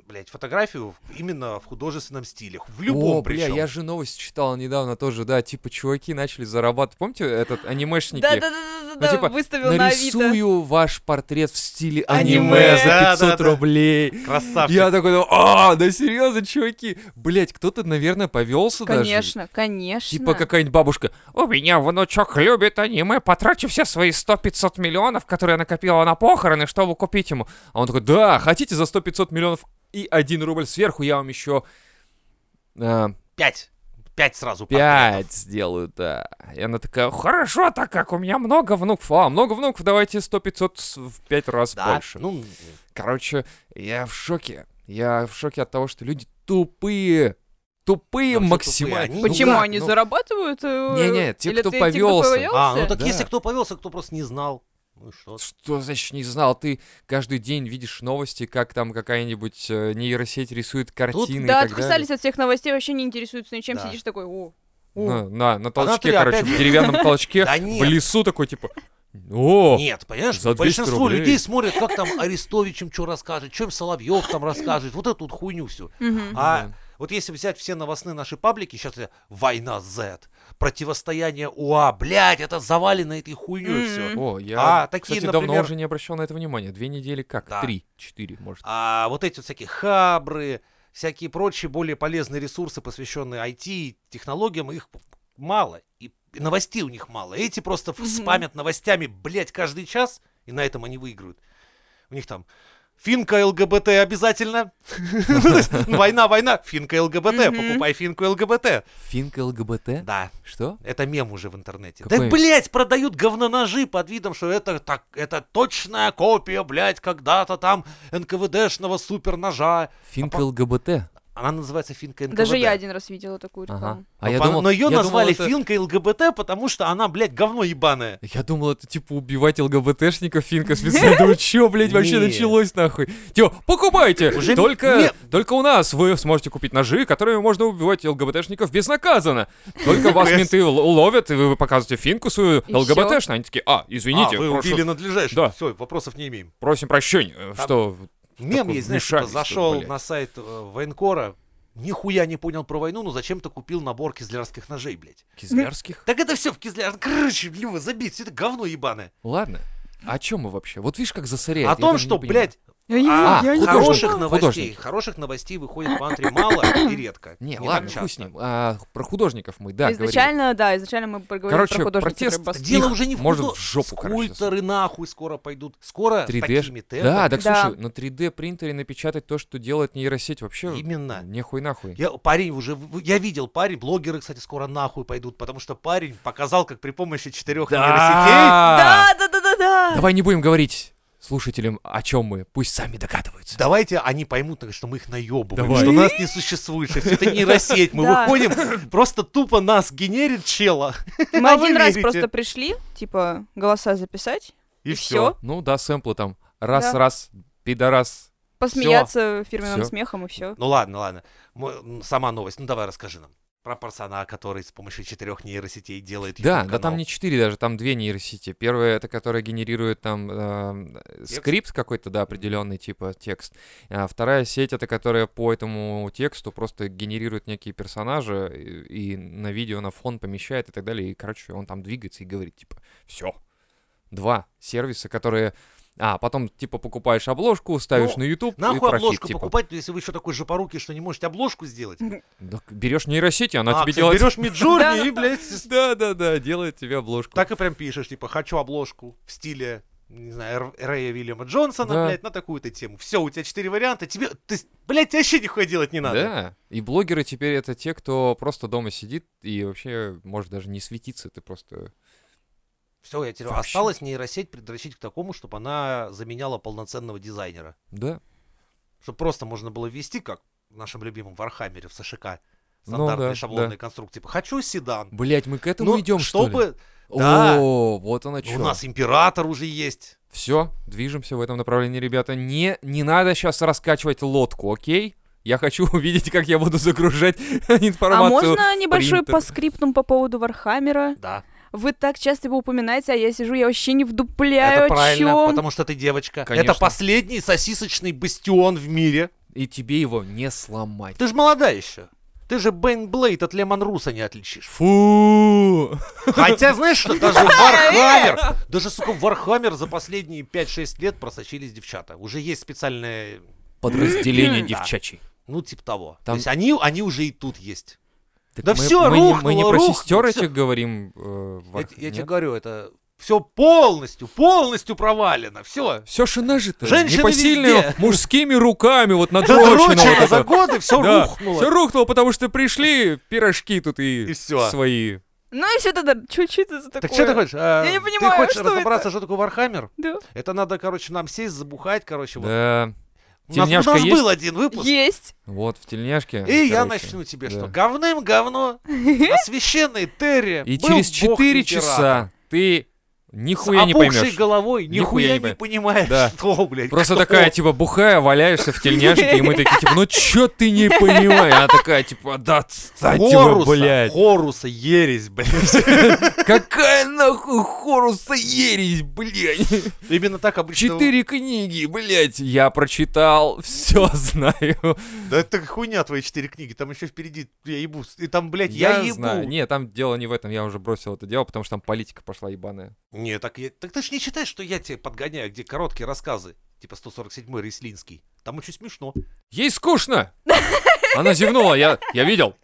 блядь, фотографию в- именно в художественном стиле. В любом
О, бля,
причём.
я же новость читал недавно тоже, да, типа чуваки начали зарабатывать. Помните этот анимешники?
Да-да-да-да,
Ну, типа,
выставил на Авито.
Нарисую ваш портрет в стиле
Аниме.
аниме за
Да,
500
да, да.
рублей.
Красавчик.
Я такой, думаю, а, да серьезно, чуваки? Блять, кто-то, наверное, повелся даже.
Конечно, конечно.
Типа какая-нибудь бабушка, у меня внучок любит аниме, потрачу все свои 100-500 миллионов, которые я накопила на похороны, чтобы купить ему. А он такой, да, хотите за 100-500 миллионов и 1 рубль сверху, я вам еще
Пять. Пять сразу. портретов.
5 сделаю, да. И она такая, хорошо, так как у меня много внуков. А, много внуков, давайте 100-500 с- в 5 раз
Да.
больше.
Ну,
Короче, я в шоке. Я в шоке от того, что люди тупые. Тупые
Да, вообще
максимально.
тупые. Они-
Почему
Ну как,
они
ну,
зарабатывают? э,
Не-не, те, кто
типа,
повелся.
а, ну так
Да.
если кто повелся, кто просто не знал. Ну и что?
Что значит не знал? Ты каждый день видишь новости, как там какая-нибудь э, нейросеть рисует картины. и
Да,
так далее.
отписались от всех новостей, вообще не интересуются ничем,
Да.
сидишь такой, о, о.
На, на, на толчке,
ты
короче,
опять-
в деревянном толчке,
<laughs> Да
в
нет.
лесу такой, типа, о,
Нет, понимаешь,
За 200
большинство
рублей.
людей смотрят, как там Арестович им что расскажет, чем Соловьев там расскажет, вот эту вот хуйню всю.
Мгм.
А
Да.
вот если взять все новостные наши паблики, сейчас война Z, противостояние УА, блядь, это завалено этой хуйней все.
Мгм.
о, я,
А, такие,
кстати, давно
например-
уже не обращал на это внимания. Две недели как?
Да.
Три, четыре, может.
А вот эти вот всякие хабры, всякие прочие более полезные ресурсы, посвященные IT, технологиям, их мало. И и новостей у них мало. Эти просто
Мгм.
спамят новостями, блядь, каждый час, и на этом они выиграют. У них там финка ЛГБТ обязательно. <laughs> Ну, то есть, Война, война, финка ЛГБТ,
Мгм.
покупай финку ЛГБТ.
Финка ЛГБТ?
Да,
Что?
это мем уже в интернете.
Какой?
Да, блядь, продают говноножи под видом, что это, так, это точная копия, блядь, когда-то там НКВДшного суперножа.
Финка ЛГБТ?
Она называется финка НКВД.
Даже я один раз видела такую
Ага.
рекламу.
А
но,
я
по-
думал,
но ее
я думал,
назвали
это-
финкой ЛГБТ, потому что она, блядь, говно ебаное.
Я думал, это типа убивать ЛГБТшников финка специально. Думаю, чё, блядь, вообще
Не.
началось нахуй? Тё, покупайте!
Уже
Только,
не-
только у нас вы сможете купить ножи, которыми можно убивать ЛГБТшников безнаказанно. Только вас
Блядь.
менты л- уловят, и вы показываете финку свою
И всё.
ЛГБТшную. Они такие, а,
а,
извините,
вы
прошу-
убили надлежащего.
Да.
Все, вопросов не имеем.
просим прощения, э,
Там-
что...
Мем
Такой
есть, знаешь,
вмешались
типа,
тут,
зашел
блядь.
на сайт э, военкора, нихуя не понял про войну, но зачем-то купил набор кизлярских ножей, блядь.
Кизлярских?
Так это все в кизляр. Короче, Люва, забить, все это говно ебаное.
Ладно. А О чем мы вообще? Вот видишь, как засоряет.
О том, что, блядь,
А,
Я не-
художник.
хороших новостей,
Художники.
хороших новостей выходит в антре мало и редко.
Не,
так
ладно,
часто.
пусть с ним. А, про художников мы, да, говорили.
изначально, да, изначально мы проговорили
Короче,
про художников.
протест
которые бас-
Их
Дело уже не в
можно
худо-
в жопу, короче,
Скульпторы нахуй скоро пойдут. Скоро
3D.
такими темпами.
Да, так
Да.
слушай, на 3D принтере напечатать то, что делает нейросеть, вообще
Именно.
нехуй нахуй.
Я, парень уже, в- я видел парень, блогеры, кстати, скоро нахуй пойдут, потому что парень показал, как при помощи четырех нейросетей.
Да, да, да, да, да.
Давай не будем говорить слушателям, о чем мы. Пусть сами догадываются.
Давайте они поймут, что мы их наебываем,
Давай.
что нас не существует, что все это нейросеть. Мы
<laughs> Да.
выходим, просто тупо нас генерит чела.
Мы
А вы
один раз
верите?
просто пришли, типа, голоса записать,
И
И
все.
всё.
Ну да, сэмплы там.
Да.
Раз-раз, пидорас.
посмеяться фирменным
Всё.
смехом и А все.
Ну ладно, ладно. Мы- м, Сама новость. Ну давай расскажи нам. Про пацана, который с помощью четырех нейросетей делает
Да, да
YouTube-канал.
там не четыре даже, там две нейросети. Первая это, которая генерирует там эм, скрипт какой-то, да, определенный типа текст. А вторая сеть это, которая по этому тексту просто генерирует некие персонажи и, и на видео на фон помещает и так далее. И, короче, он там двигается и говорит типа все. Два сервиса, которые а, потом, типа, покупаешь обложку, ставишь
Ну,
на YouTube и
Нахуй
профит,
обложку
типа.
покупать, ну, если вы еще такой жопорукий, что не можете обложку сделать?
Да, берешь нейросеть, и она
А,
тебе
кстати,
делает...
берешь Миджорни и, блядь,
Да-да-да, делает тебе обложку.
так и прям пишешь, типа, хочу обложку в стиле, не знаю, Р- Рэя Вильяма Джонсона,
Да.
блядь, на такую-то тему. Все, у тебя четыре варианта, тебе, ты, с- блядь, тебе вообще нихуя делать не надо.
Да, и блогеры теперь это те, кто просто дома сидит и вообще может даже не светиться, ты просто...
Все, я теряю.
Вообще.
Осталось нейросеть предрочить к такому, чтобы она заменяла полноценного дизайнера.
Да,
Чтобы просто можно было ввести, как в нашем любимом Вархаммере в СШК,
Ну
стандартные
да,
шаблонные конструкции. Типа, хочу седан.
Блять, мы к этому
Ну,
идем, что ли? А
чтобы... да.
О, вот оно
Ну,
что.
У нас император уже есть.
Все, движемся в этом направлении, ребята. Не, не надо сейчас раскачивать лодку, окей? Я хочу <laughs> увидеть, как я буду загружать <laughs> информацию.
А можно небольшой
принтер.
по скриптум по поводу Вархаммера?
Да.
Вы так часто его упоминаете, а я сижу, я вообще не
это
вдупляю, о
правильно,
чем.
потому что ты девочка.
Конечно.
Это последний сосисочный бастион в мире.
И тебе его не сломать.
Ты же молодая еще. Ты же Бэйн Блейд от Лемон Руса не отличишь. Э,
Фу!
<laughs> Хотя, знаешь что, даже Вархаммер, даже, сука, Вархаммер за последние 5-6 лет просочились девчата. Уже есть специальные,
Подразделение
Да.
девчачий.
ну, типа того.
Там-
То есть они, они уже и тут есть.
Так
Да
мы-
всё,
мы не- Мы не
рухнуло,
про
рухнуло,
сестер
всё.
этих говорим. э, в
Я,
Арх-
те- я тебе
нет?
говорю, это все полностью, полностью провалено. Все.
Все же нажито.
Женщины
Непосильными
везде.
мужскими руками вот надрочено.
Задрочено за годы, все рухнуло.
Все рухнуло, потому что пришли пирожки тут и,
И всё.
свои.
Ну и все тогда, что это такое?
Так что ты хочешь? а,
Я не
Ты
понимаю,
хочешь
что это?
разобраться, что такое Вархаммер?
Да.
Это надо, короче, нам сесть, забухать, короче. вот.
Да.
У нас, у
Тельняшка
нас
есть?
был один выпуск.
Есть.
Вот в тельняшке.
И я
короче.
начну тебе,
да.
что говным говно, а священный Терри
И
был
через
бог
4
императора.
часа ты
С
нихуя не
опухшей
поймешь.
головой
Нихуя
нихуя
не
не
поймешь.
понимаешь,
Да.
что, блядь.
Просто
кто.
такая, типа, бухая, валяешься в тельняшке, и мы такие, типа, ну чё ты не понимаешь? Она такая, типа, да отстаньте вы,
Хоруса,
блядь.
Хоруса,
<laughs>
ересь, блядь.
Какая нахуй хоруса ересь, блядь.
Именно так обычно.
Четыре книги, блядь, я прочитал, <laughs> все знаю.
Да это хуйня твои четыре книги, там еще впереди я ебу. И там, блядь, я, ебу.
знаю. Не, там дело не в этом, я уже бросил это дело, потому что там политика пошла ебаная.
Не, так, я- так ты ж не считаешь, что я тебе подгоняю, где короткие рассказы, типа 147-й Рислинский. Там очень смешно.
Ей
<laughs>
скучно! Она зевнула, я, я видел.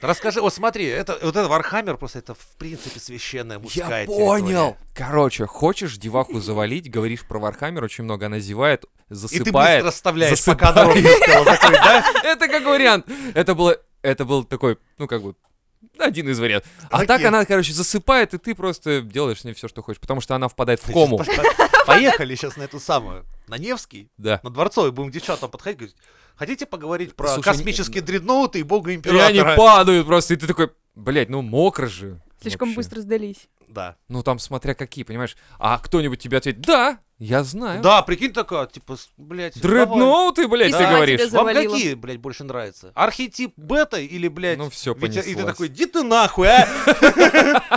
Расскажи, вот смотри, это, вот этот Вархаммер просто это в принципе священная мужская
Я
территория.
понял. Короче, хочешь деваху завалить, говоришь про Вархаммер, очень много она зевает,
И ты быстро
засыпает.
расставляешь,
засыпает. <laughs>
пока она рот не открыла. Такой, да?
Это как вариант. Это было, это был такой, ну как бы Один из вариантов. А
Окей.
так она, короче, засыпает, и ты просто делаешь с ней все, что хочешь, потому что она впадает в кому.
<laughs> Поехали сейчас на эту самую, на Невский,
Да.
на Дворцовый, будем девчатам подходить, говорить, хотите поговорить про
Слушай,
космические дредноуты и бога
И они
императора?
падают просто, и ты такой, блядь, ну мокро же.
Слишком
вообще».
быстро сдались.
Да.
Ну там смотря какие, понимаешь. А кто-нибудь тебе ответит, да, я знаю.
Да, прикинь, такая, типа, с- блядь, давай.
Дредноуты, блядь,
И
ты
сама
говоришь.
тебе
Вам
завалило.
какие, блядь, больше нравятся? Архетип бета или, блядь,
Ну всё,
ветер- И ты
понеслась.
такой, иди ты
<laughs>
нахуй, а! <laughs> Я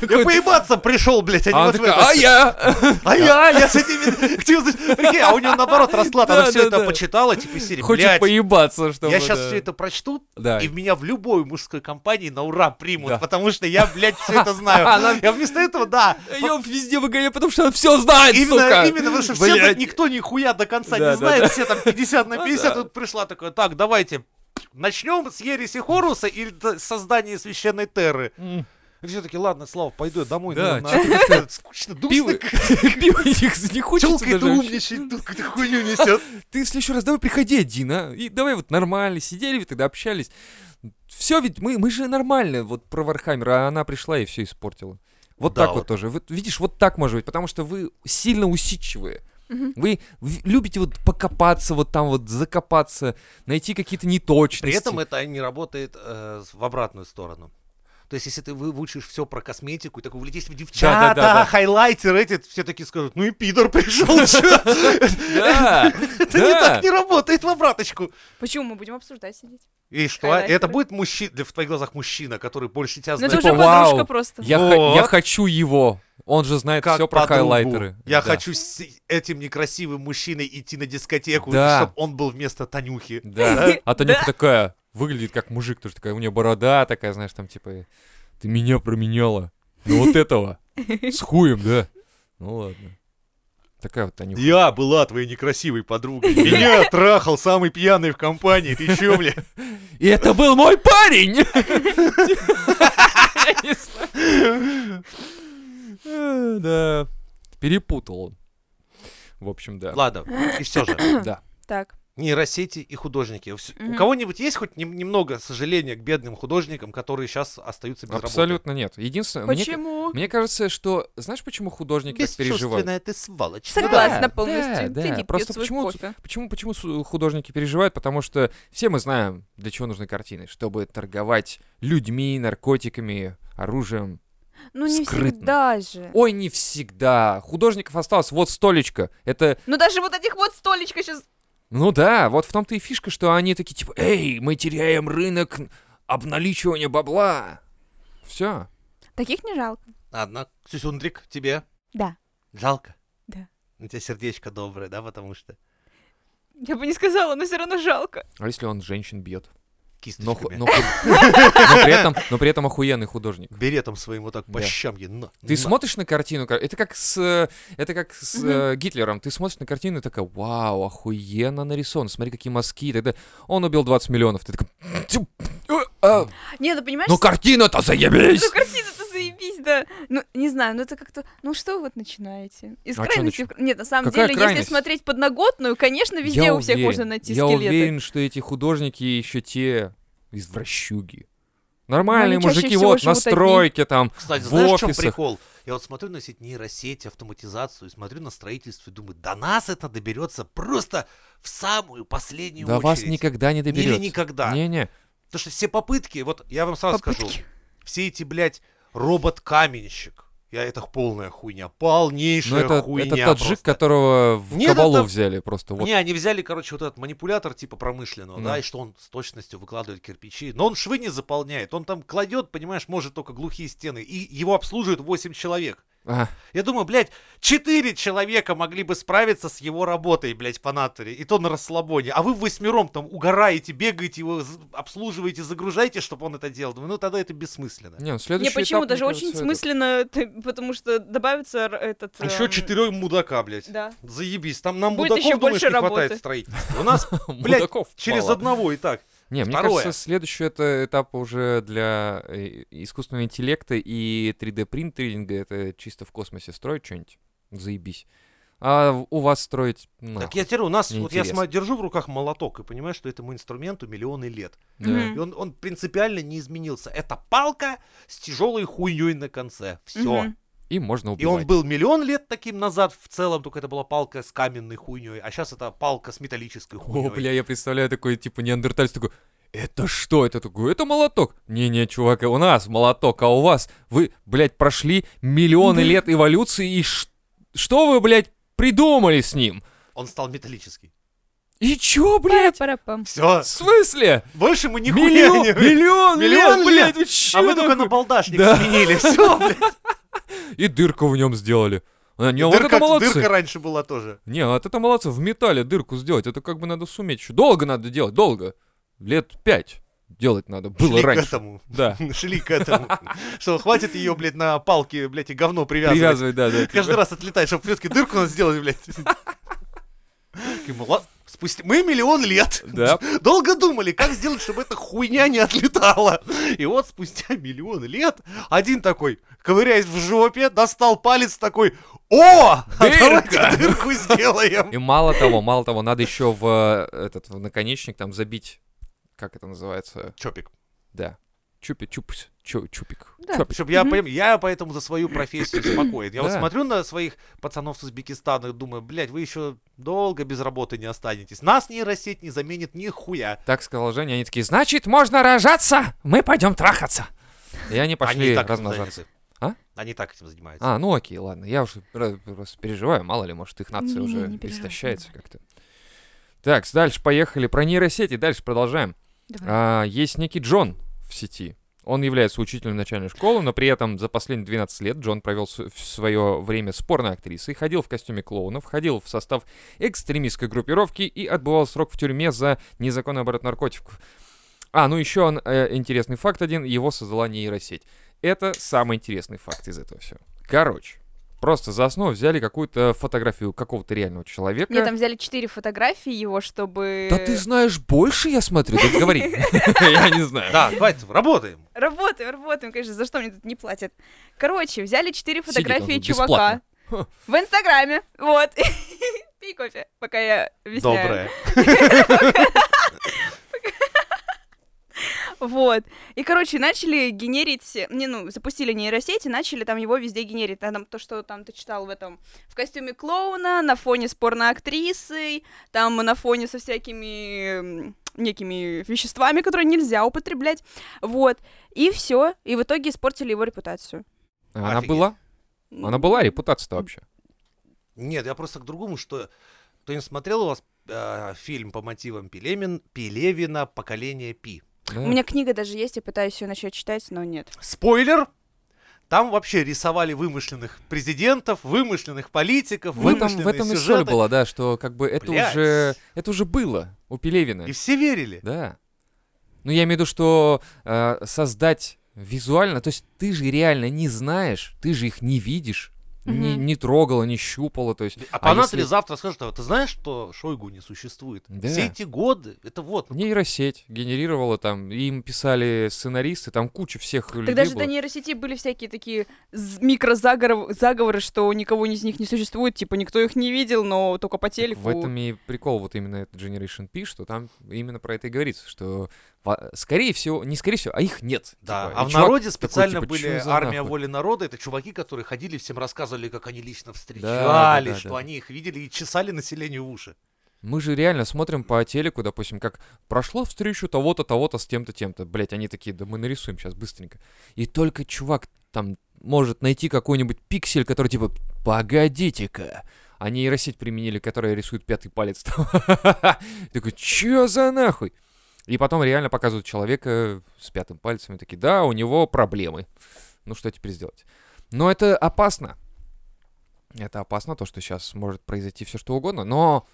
Такой-
поебаться пришел, блядь, а не
А она
вот в
такая,
это.
а я!
А я, я с этими... <laughs> Активно, значит, Прикинь, а у него наоборот расклад, она
Да,
все
да,
это
да.
почитала, типа, из серии,
Хочет
блядь,
поебаться, чтобы...
я сейчас
да.
все это прочту,
Да.
и меня в любой мужской компании на ура примут,
Да.
потому что я, блядь, все это
<laughs>
знаю.
Она-
Я вместо этого, да,
Ее А везде выгоняют, потому что она все знает, сука!
Именно, именно, потому что все
Блядь.
так, никто нихуя до конца не
Да, да,
знает, все там 50 на
Ну
50,
да.
тут пришла такая, так, давайте, начнем с Ереси Хоруса или т- создания священной Терры.
М.
И все таки ладно, Слава, пойду я домой.
Да,
ну,
<laughs>
на- Скучно,
Пиво
душно, как
<laughs> пиво не- не хочется
тёлка это
даже вообще.
умничает, тут какую-то хуйню несет.
Ты в следующий раз давай приходи один, а? И давай вот нормально сидели, вы тогда общались. Все ведь, мы, мы же нормально, вот про Вархаммера, а она пришла и все испортила. Вот
Да
так
вот.
вот тоже. Вот видишь, вот так может быть, потому что вы сильно усидчивые.
Мгм.
Вы в- любите вот покопаться, вот там вот закопаться, найти какие-то неточности.
При этом это не работает э, в обратную сторону. То есть, если ты выучишь все про косметику и такой, влетишь в девчата,
да.
хайлайтер эти, все такие скажут, ну и пидор пришел,
<laughs>
чё? <laughs>
Да,
Это не
да.
так не работает в обраточку.
Почему мы будем обсуждать сидеть?
И что? а,
Хайлайтеры.
Это будет мужчина, для, в твоих глазах мужчина, который больше тебя
Ну
знает.
это уже
Типа, вау.
подружка просто.
Я, ха- я
Вот.
хочу его. Он же знает
как
все про
подругу.
хайлайтеры.
Я
Да.
хочу с этим некрасивым мужчиной идти на дискотеку,
Да.
чтобы он был вместо Танюхи.
<laughs>
Да. А Танюха
Да.
такая выглядит как мужик, тоже такая, у нее борода такая, знаешь, там типа, ты меня променяла. Ну вот этого. С хуем, да. Ну ладно. Такая вот Танюха.
Я была твоей некрасивой подругой. Меня трахал самый пьяный в компании. Ты
<laughs>
чё, бля?
И это был мой парень! <laughs> Я не знаю. Э, Да. Перепутал он. В общем, да.
Ладно, и все же.
Да.
Так.
Нейросети и художники. Вс- У
Мгм.
кого-нибудь есть хоть нем- немного сожаления к бедным художникам, которые сейчас остаются без работы?
Абсолютно нет. Единственное, мне ка-
Почему?
мне кажется, что знаешь, почему художники так переживают?
Бесчувственная ты сволочь. Ну да.
Согласна
да,
полностью.
да.
Сидит, пьёт
Просто
свой
почему-
кофе.
Почему, почему су- художники переживают? Потому что все мы знаем, для чего нужны картины. Чтобы торговать людьми, наркотиками, оружием.
Ну не
Скрытно.
всегда же.
Ой, не всегда. Художников осталось вот столечко. Это,
Ну даже вот этих вот столечко сейчас...
ну да, вот в том-то и фишка, что они такие типа, эй, мы теряем рынок обналичивания бабла. Все.
Таких не жалко.
Ладно, Сюсюндрик, тебе
Да.
жалко?
Да.
У тебя сердечко доброе, да, потому что
Ну,
Я бы не сказала, но все равно жалко.
А если он женщин бьет? Но, ху-
кисточками.
но ху- но при этом, но при этом охуенный художник.
Беретом а своим вот так по
Да.
щам ей, на,
Ты
на.
смотришь на картину, ка- это как с, э, это как с э, Гитлером. Ты смотришь на картину и такая, вау, охуенно нарисован, смотри, какие мазки. Тогда он убил 20 миллионов. Ты такой, «Тю, э, а,
Не, ну понимаешь,
ну картина-то
Ну,
заебись!
картина-то заебись, да. Ну, не знаю, ну это как-то... Ну что вы вот начинаете? Из
А чё
крайности... в кра- Нет, на самом
Какая
деле,
крайность?
если смотреть подноготную, конечно, везде
Я
у всех
уверен,
можно найти
Я
скелеты.
уверен, что эти художники еще те извращуги. Нормальные
Ну, они чаще
мужики,
всего
вот, на
живут одни.
стройке там,
Кстати,
в
знаешь, в чем
офисах.
прикол? Я вот смотрю на эти нейросети, автоматизацию, и смотрю на строительство и думаю, до нас это доберется просто в самую последнюю
до
очередь.
вас никогда не доберется.
Или никогда.
Не-не.
Потому что все попытки, вот я вам сразу скажу,
Попытки.
все эти, блядь, робот-каменщик, я это полная хуйня, полнейшая
Но ну, это,
хуйня
это таджик,
просто.
которого в
Нет,
кабалу
это-
взяли просто. Вот.
Не, они взяли, короче, вот этот манипулятор типа промышленного,
Ну.
да, и что он с точностью выкладывает кирпичи. Но он швы не заполняет, он там кладет, понимаешь, может только глухие стены. И его обслуживают 8 человек.
А,
Я думаю, блядь, 4 человека могли бы справиться с его работой, блядь, по натуре. И то на расслабоне. А вы восьмером там угораете, бегаете его, з- обслуживаете, загружаете, чтобы он это делал. Думаю, ну тогда это бессмысленно.
не, ну,
Не,
следующий
почему?
этап,
Даже
мне кажется,
очень
этот.
смысленно, <laughs> ты- потому что добавится р- этот...
Еще
эм,
четырех мудака, блядь.
Да.
Заебись, там нам
Будет
мудаков,
еще
думаешь,
больше
не хватает
работы.
в строительстве. У
<laughs>
нас Блядь,
Мудаков
через
мало.
одного и так.
Не, мне
Второе.
кажется, следующий это этап уже для э, искусственного интеллекта и 3D принтеринга. Это чисто в космосе строить что-нибудь. Заебись. а в- у вас строить нахуй.
Так я теперь у нас, вот я
Неинтересно.
сма- держу в руках молоток и понимаю, что этому инструменту миллионы лет.
Да.
Мгм.
И он, он принципиально не изменился. Это палка с тяжелой хуйней на конце. Все.
Мгм.
И можно убивать.
И он был миллион лет таким назад в целом, только это была палка с каменной хуйней, а сейчас это палка с металлической хуйней.
О, бля, я представляю такой, типа, неандертальец такой, это что? Это такой, это молоток. Не-не, чувак, у нас молоток, а у вас вы, блядь, прошли миллионы
Да.
лет эволюции, и ш- что вы, блядь, придумали с ним?
Он стал металлический.
И чё, блядь?
Пара-пара-пам.
Все.
В смысле?
Больше мы нихуя
Миллион,
не...
миллион,
Миллион
лет,
лет.
блядь, вы чё
А мы только
нахуй?
на балдашник
Да. <laughs>
сменили. Все, блядь.
И дырку в нем сделали. А, не, вот
Дырка-
это молодцы.
Дырка раньше была тоже.
Не, а вот это молодцы, в металле дырку сделать, это как бы надо суметь. ещё. Долго надо делать, долго. Лет пять делать надо, было
Шли
раньше.
к этому. <laughs>
Да.
Шли к этому. Что, хватит ее, блядь, на палке, блядь, и говно привязывать.
Привязывай, да, да.
Каждый раз отлетает, чтобы все-таки дырку надо сделать,
<laughs>
блядь. Такие, мала- спусти- Мы миллион лет.
Да.
<laughs> Долго думали, как сделать, чтобы эта хуйня не отлетала. И вот спустя миллион лет один такой, ковыряясь в жопе, достал палец такой, о, а
Дырка!»
давайте дырку сделаем.
И мало того, мало того, надо еще в э, этот в наконечник там забить, как это называется,
Чопик.
да, чупи, чупс, чу- чупик,
Да.
чопик.
Чтоб я,
Мгм.
поем- я поэтому за свою профессию спокоен. Я вот
Да.
смотрю на своих пацанов с Узбекистана и думаю, блядь, вы еще долго без работы не останетесь. Нас нейросеть не заменит нихуя.
Так сказал Женя, они такие, значит, можно рожаться, мы пойдем трахаться. И они
Они
пошли
и так этим
размножаться.
заняты.
А?
Они и так этим занимаются.
А, ну окей, ладно, я уже про- просто переживаю, мало ли, может, их нация
Не,
уже
не переживай,
истощается как-то. Так, дальше поехали, про нейросети, дальше продолжаем.
Давай.
А, есть некий Джон в сети. Он является учителем начальной школы, но при этом за последние 12 лет Джон провел свое время спорной актрисой, ходил в костюме клоуна, входил в состав экстремистской группировки и отбывал срок в тюрьме за незаконный оборот наркотиков. А, ну еще он, э, интересный факт один, его создала нейросеть. Это самый интересный факт из этого всего. Короче, просто за основу взяли какую-то фотографию какого-то реального человека.
Мне там э, взяли четыре фотографии его, чтобы...
Да ты знаешь больше, я смотрю, так говори. <laughs> Я не знаю.
Да, хватит, работаем.
Работаем, работаем, конечно, за что мне тут не платят. Короче, взяли четыре
Сидит он
фотографии
тут
чувака
бесплатно.
в Инстаграме, вот. <laughs> Пей кофе, пока я объясняю.
Доброе.
Вот. И, короче, начали генерить... э, Не, ну, запустили нейросети, начали там его везде генерить. Там то, что там ты читал в этом... В костюме клоуна, на фоне с порноактрисой, там на фоне со всякими м, некими веществами, которые нельзя употреблять. Вот. И все. И в итоге испортили его репутацию.
А Она
Офигеть.
была? Она была репутация-то вообще.
Нет, я просто к другому, что... Кто не смотрел у вас э, фильм по мотивам Пелемин, Пелевина «Поколение Пи»?
Да.
У меня книга даже есть, я пытаюсь ее начать читать, но нет.
Спойлер! Там вообще рисовали вымышленных президентов, вымышленных политиков,
В этом,
вымышленные
в этом и соль
сюжеты.
была, да, что как бы это
Блядь.
уже это уже было у Пелевина.
И все верили.
Да. Ну, я имею в виду, что э, создать визуально, то есть ты же реально не знаешь, ты же их не видишь, не,
Мгм.
не трогала, не щупала, то есть...
А, понадобится
если-
завтра скажут, а ты знаешь, что Шойгу не существует?
Да.
Все эти годы, это вот, ну,
Нейросеть генерировала там, им писали сценаристы, там куча всех людей
Так даже
было.
до нейросети были всякие такие з- микрозаговоры, заговоры, что никого из них не существует, типа никто их не видел, но только по телеку.
В
<laughs>
этом и прикол вот именно этот Generation P, что там именно про это и говорится, что во- скорее всего, не скорее всего, а их нет.
Да,
типа.
а
И
в
чувак-
народе специально
типа,
были
«Чё за
армия
нахуй?»
воли народа. Это чуваки, которые ходили, всем рассказывали, как они лично встречались,
да,
что
да.
они их видели и чесали населению уши.
Мы же реально смотрим по телеку, допустим, как прошла встречу того-то, того-то с тем-то, тем-то. Блять, они такие, да мы нарисуем сейчас быстренько. И только чувак там может найти какой-нибудь пиксель, который типа, погодите-ка. А нейросеть применили, которая рисует пятый палец. <laughs> там. Такой, чё за нахуй? И потом реально показывают человека с пятым пальцем. И такие, да, у него проблемы. Ну что теперь сделать? Но это опасно. Это опасно, то, что сейчас может произойти все что угодно, но...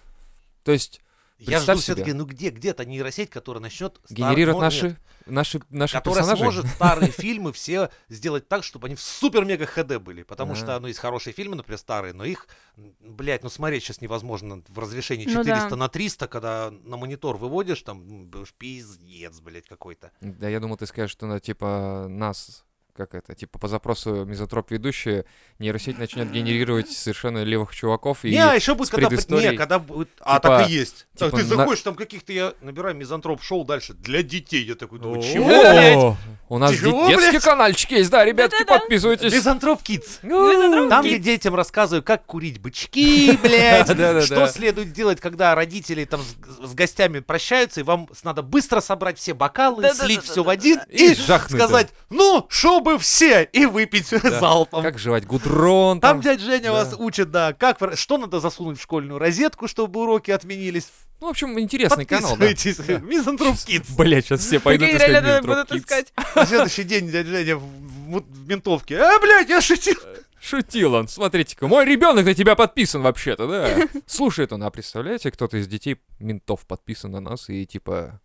То есть
Я жду
Представь
все-таки,
себе.
ну где, где-то нейросеть, которая начнет стар-
генерировать
ну, нет,
наши, наши, наши
которая
персонажи.
сможет старые фильмы все сделать так, чтобы они в супер-мега ХД были. Потому
Да.
что, ну, есть хорошие фильмы, например, старые, но их, м, блядь, ну смотреть сейчас невозможно в разрешении
Ну да.
400 на 300, когда на монитор выводишь, там, м, пиздец, блядь, какой-то.
Да, я думал, ты скажешь, что, ну, типа, нас как это, типа по запросу мизотроп ведущие нейросеть начнет генерировать совершенно левых чуваков и
Не, а еще будет,
с
когда... Не,
предысторией,
когда будет... а, так и есть. Так,
типа
ты
на-
заходишь, там каких-то я набираю мизантроп шоу дальше. Для детей. Я такой думаю,
О,
чего, блядь?
У нас
Чего,
де- детский
блядь?
каналчик есть, да, ребятки, подписывайтесь.
Мизантроп Kids.
Ну,
Там я детям рассказываю, как курить бычки, <laughs> блядь,
Да-да-да.
что следует делать, когда родители там с с гостями прощаются, и вам с- надо быстро собрать все бокалы,
Да-да-да-да-да.
слить все в один
И
и
жахнуть, да.
сказать, ну, чтобы все, и выпить залпом.
Как жевать гудрон там.
Там дядя Женя
да.
вас учит, да, как, в- что надо засунуть в школьную розетку, чтобы уроки отменились.
Ну, в общем, интересный канал, да.
Подписывайтесь. Мизантроп Kids.
Блять, сейчас все пойдут
Прикинь, реально
искать
будут
Kids.
искать.
На следующий день дядя Женя в- в в ментовке. А, блядь, я шутил.
Шутил он. Смотрите-ка, мой ребенок на тебя подписан вообще-то, <laughs> да. Слушает он, а представляете, кто-то из детей ментов подписан на нас и типа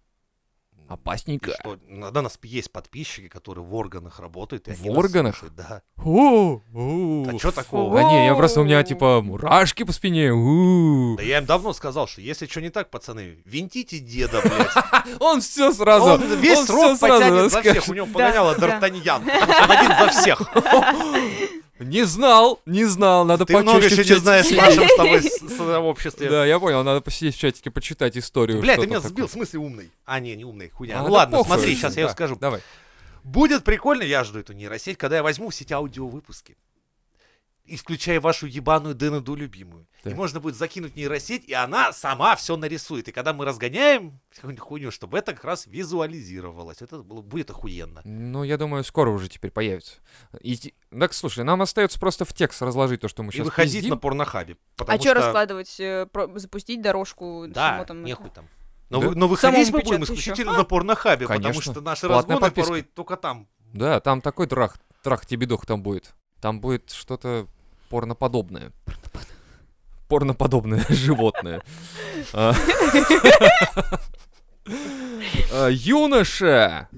И
опасненько.
что, иногда у нас есть подписчики, которые в органах работают. и они
В
нас
органах?
слушают, Да.
О, о.
А что
Да
такого?
не, я просто у меня типа мурашки по спине. у.
Да я им давно сказал, что если что не так, пацаны, винтите деда, блядь.
Он все <laughs> сразу.
Он весь
он всё
срок
сразу
потянет за
расскажет.
всех. У него погоняло
да.
Д'Артаньян. потому что Он один
<laughs>
за всех.
Не знал, не знал, надо
Ты много
почаще
еще
в
не
чатике.
знаешь в нашем с тобой с- с- в обществе.
Да, я понял, надо посидеть в чатике, почитать историю.
Блядь,
что
ты меня
там
сбил, в
такое.
смысле умный. А, не, не умный, хуйня.
А,
Ну
да
ладно,
похуй,
смотри, сейчас я
да,
ее скажу.
Давай.
Будет прикольно, я жду эту нейросеть, когда я возьму все эти аудиовыпуски. И включая вашу ебаную Дэнаду любимую.
Так.
И можно будет закинуть нейросеть, и она сама все нарисует. И когда мы разгоняем какую-нибудь хуйню, чтобы это как раз визуализировалось. Это было- будет охуенно.
Ну, я думаю, скоро уже теперь появится. И те- Так, слушай, нам остается просто в текст разложить то, что мы
И
сейчас
выходить на порнохабе.
А
потому
что
что-
раскладывать? э, про- Запустить дорожку?
Да,
чему там
нехуй
<laughs> это?
там. Но,
Да.
вы- но выходить
Самому
мы будем
печатать
исключительно
ещё.
на порнохабе, потому
Конечно.
что наши
Платная
разгоны
подписка.
порой только там.
Да, там такой трах, трах тебе там будет. Там будет что-то порноподобное. Порноподобное <laughs> животное.
<laughs>
А. А, Юноша!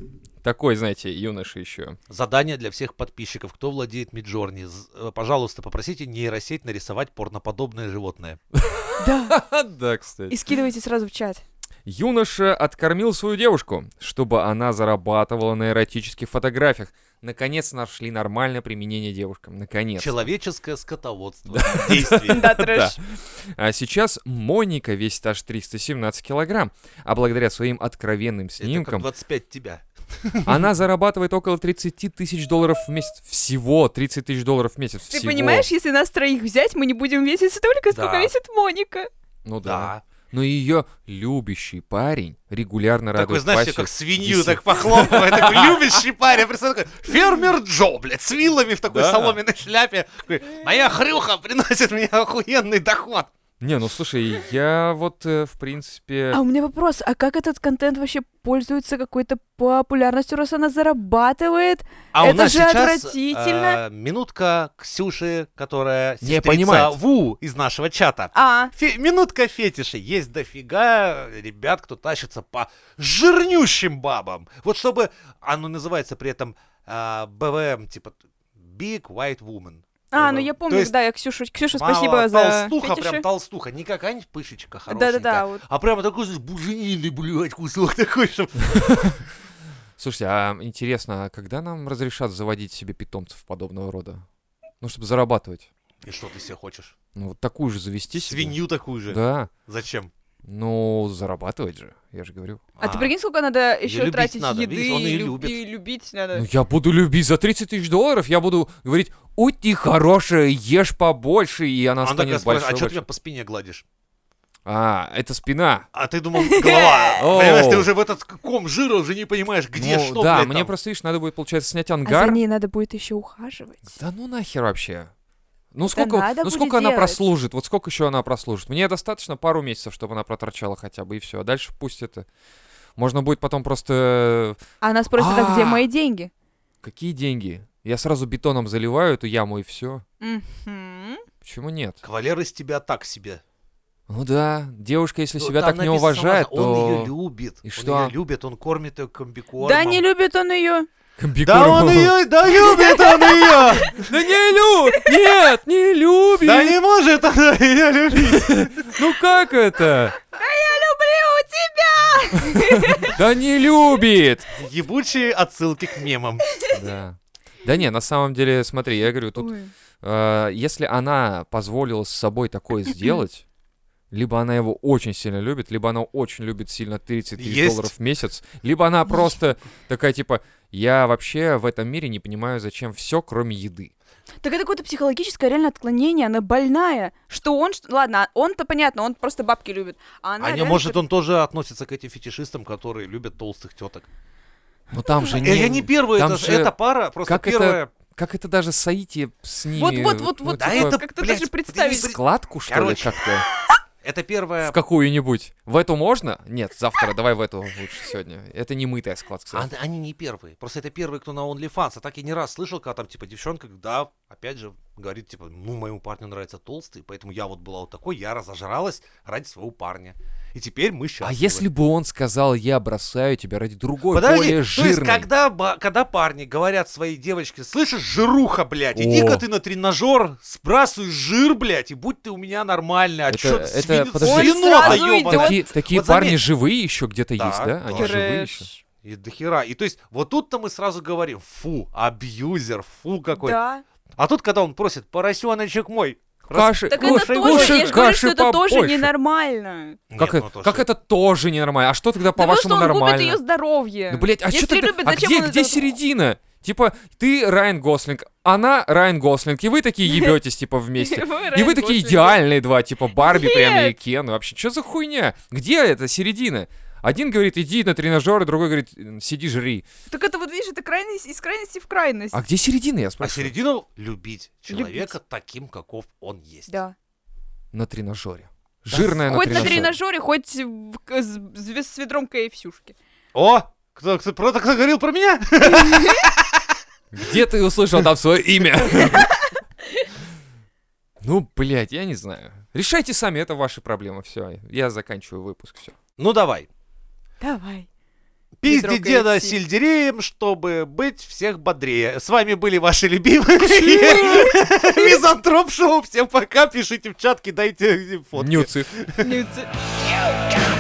Такой, знаете, юноша
<laughs>
еще.
Задание для всех подписчиков, кто владеет Миджорни. З- э, Пожалуйста, попросите нейросеть нарисовать порноподобное животное.
Да, кстати.
И скидывайте сразу в чат.
Юноша откормил свою девушку, чтобы она зарабатывала на эротических фотографиях. Наконец нашли нормальное применение девушкам. Наконец.
Человеческое скотоводство. Действие.
Да, трэш.
А сейчас Моника весит аж 317 килограмм, а благодаря своим откровенным
Это как
снимкам
25 тебя.
она зарабатывает около 30 тысяч долларов в месяц. Всего 30 тысяч долларов в месяц.
Ты
Всего.
понимаешь, если нас троих взять, мы не будем весить столько, сколько
Да.
весит Моника.
Ну да.
Да.
Но ее любящий парень регулярно
Такой,
радует
знаешь, я
пассию
как свинью
десять-
так похлопывает. Такой любящий парень. Представляю, такой, фермер Джо, блядь, с вилами в такой
Да.
соломенной шляпе. Такой, Моя хрюха приносит мне охуенный доход.
Не, ну слушай, я вот, э, в принципе...
А у меня вопрос, а как этот контент вообще пользуется какой-то популярностью, раз она зарабатывает?
А
Это
у нас
же
сейчас,
отвратительно.
э, минутка Ксюши, которая
Не
сестрица
понимает.
Ву из нашего чата.
А,
Фе- минутка фетиша. Есть дофига ребят, кто тащится по жирнющим бабам. Вот чтобы оно называется при этом а, БВМ, типа Big White Woman.
а,
Э,
ну я
то
помню,
есть
да, я Ксюша, Ксюша,
мало
спасибо за
толстуха,
фетиши.
прям толстуха, не какая-нибудь пышечка хорошенькая.
Да-да-да, вот.
А прямо такой здесь буженины, блядь, кусок <laughs> такой, что...
Слушайте, а интересно, а когда нам разрешат заводить себе питомцев подобного рода? Ну, чтобы зарабатывать.
И что ты себе хочешь?
Ну, вот такую же завести себе.
Свинью такую же?
Да.
Зачем?
Ну, зарабатывать же, я же говорю.
А, ты прикинь, сколько надо
Её
еще
любить
тратить
надо,
еды
видишь, он её
и, лю-
любит.
и любить
Э.
надо. А
Ну, я буду любить за 30 тысяч долларов, я буду говорить, ой, ты хорошая, ешь побольше, и она
Он такая
станет
спрашивает,
большой.
а что ты меня
большой».
по спине гладишь?
А, это спина.
А ты
<laughs>
думал, голова.
О.
Понимаешь, ты уже в этот ком жира уже не понимаешь, где
Ну,
что,
да,
блядь,
мне
там.
просто, видишь, надо будет, получается, снять
А
ангар.
за ней надо будет еще ухаживать.
Да ну нахер вообще. Ну сколько,
надо
ну
будет
сколько она
делать.
прослужит? Вот сколько еще она прослужит? Мне достаточно пару месяцев, чтобы она проторчала хотя бы, и все. А дальше пусть это... Можно будет потом просто... э,
А Она спросит, а где
А.
мои деньги?
Какие деньги? Я сразу бетоном заливаю эту яму, и все.
Мгм.
Почему нет?
Кавалер из тебя так себе.
Ну да, девушка, если
Ну,
себя
там
так не
написано,
уважает,
ладно, Он ее
то...
любит.
И
он
что?
ее любит, он кормит ее комбикормом.
Да не любит он ее.
<laughs>
Да он ее, да любит он
<laughs>
ее!
Да не любит! Нет, не
Да
любит!
не может она ее любить!
Ну как это?
Я люблю тебя!
Да не любит!
Ебучие отсылки к мемам.
Да. Да не, на самом деле, смотри, я говорю, тут
Ой.
э, если она позволила с собой такое сделать, либо она его очень сильно любит, либо она очень любит сильно 33
Есть.
долларов в месяц, либо она просто такая типа, я вообще в этом мире не понимаю, зачем все, кроме еды.
Так это какое-то психологическое реально отклонение, она больная. Что он, что... ладно, а он-то понятно, он просто бабки любит. А она
А не,
реально
может,
такая,
он тоже относится к этим фетишистам, которые любят толстых теток.
Но Ну, там же
Э,
не...
Я не первый,
там
это, же...
же-
эта пара, просто
как это-
первая.
Как это даже сойти с ними?
Вот-вот-вот-вот,
ну,
Да
типа,
а это,
Как-то
блядь,
даже представить.
блин,
Складку, что
Короче.
ли, как-то?
Это
В
первая...
какую-нибудь? В эту можно? Нет, завтра, давай в эту лучше сегодня. Это не мытая складка.
А-
кстати.
Они не первые. Просто это первые, кто на OnlyFans. А так я не раз слышал, когда там, типа, девчонка, да, опять же, говорит, типа, ну, моему парню нравится толстый, поэтому я вот была вот такой, я разожралась ради своего парня. И теперь мы счастливы.
А если бы он сказал, я бросаю тебя ради другой,
Подожди,
более
то
жирной?
есть, когда, ба- когда парни говорят своей девочке, слышишь, жируха, блядь, иди-ка
О.
ты на тренажер, сбрасывай жир, блядь, и будь ты у меня нормальный, а
Это-
чё ты
это-
свини-
подожди.
свинота
Он сразу
ёбаная.
идёт.
Такие, такие
вот
парни
заметь.
живые еще где-то
Да,
есть, да? Они
да.
живые
трэш.
еще.
И до хера. И то есть, вот тут-то мы сразу говорим, фу, абьюзер, фу какой.
Да.
А тут, когда он просит, поросеночек мой,
Каши.
Так
Кушай,
это тоже, я
кушай,
же говорю,
каши
что это тоже
побольше.
ненормально.
Как, это,
Нет, ну, то,
как
что-
это тоже ненормально? А что тогда
Потому что
по-вашему
он губит
нормально?
ее здоровье.
Ну, блядь, а
Если
что ты...
любит,
а
зачем
где,
он
где
это-
середина? Типа, ты Райан Гослинг, она Райан Гослинг, и вы такие
<laughs>
ебетесь, типа, вместе. И вы такие идеальные два, типа Барби прям и Кен. Вообще, что за хуйня? Где эта середина? Один говорит, иди на тренажер, другой говорит, сиди, жри.
Так это вот, видишь, это крайность из крайности в крайность.
А где середина, я
А
спрашиваю?
середину любить человека таким, каков он есть.
Да.
На тренажере. Жирная на
хоть на
тренажере.
тренажере, хоть в- к- с, с- с ведром кайфсюшки.
О! Кто, кто, про- кто говорил про меня? <laughs>
Где ты услышал там свое имя? Ну, блядь, я не знаю. Решайте сами, это ваши проблемы. Все, я заканчиваю выпуск. Все.
Ну давай.
<laughs>
Давай.
Пизди
трогай
деда
си.
сельдереем, чтобы быть всех бодрее. С вами были ваши любимые <laughs> Мизантроп Шоу. Всем пока. Пишите в чат, кидайте фотки.
Нюци.
Люци-
Got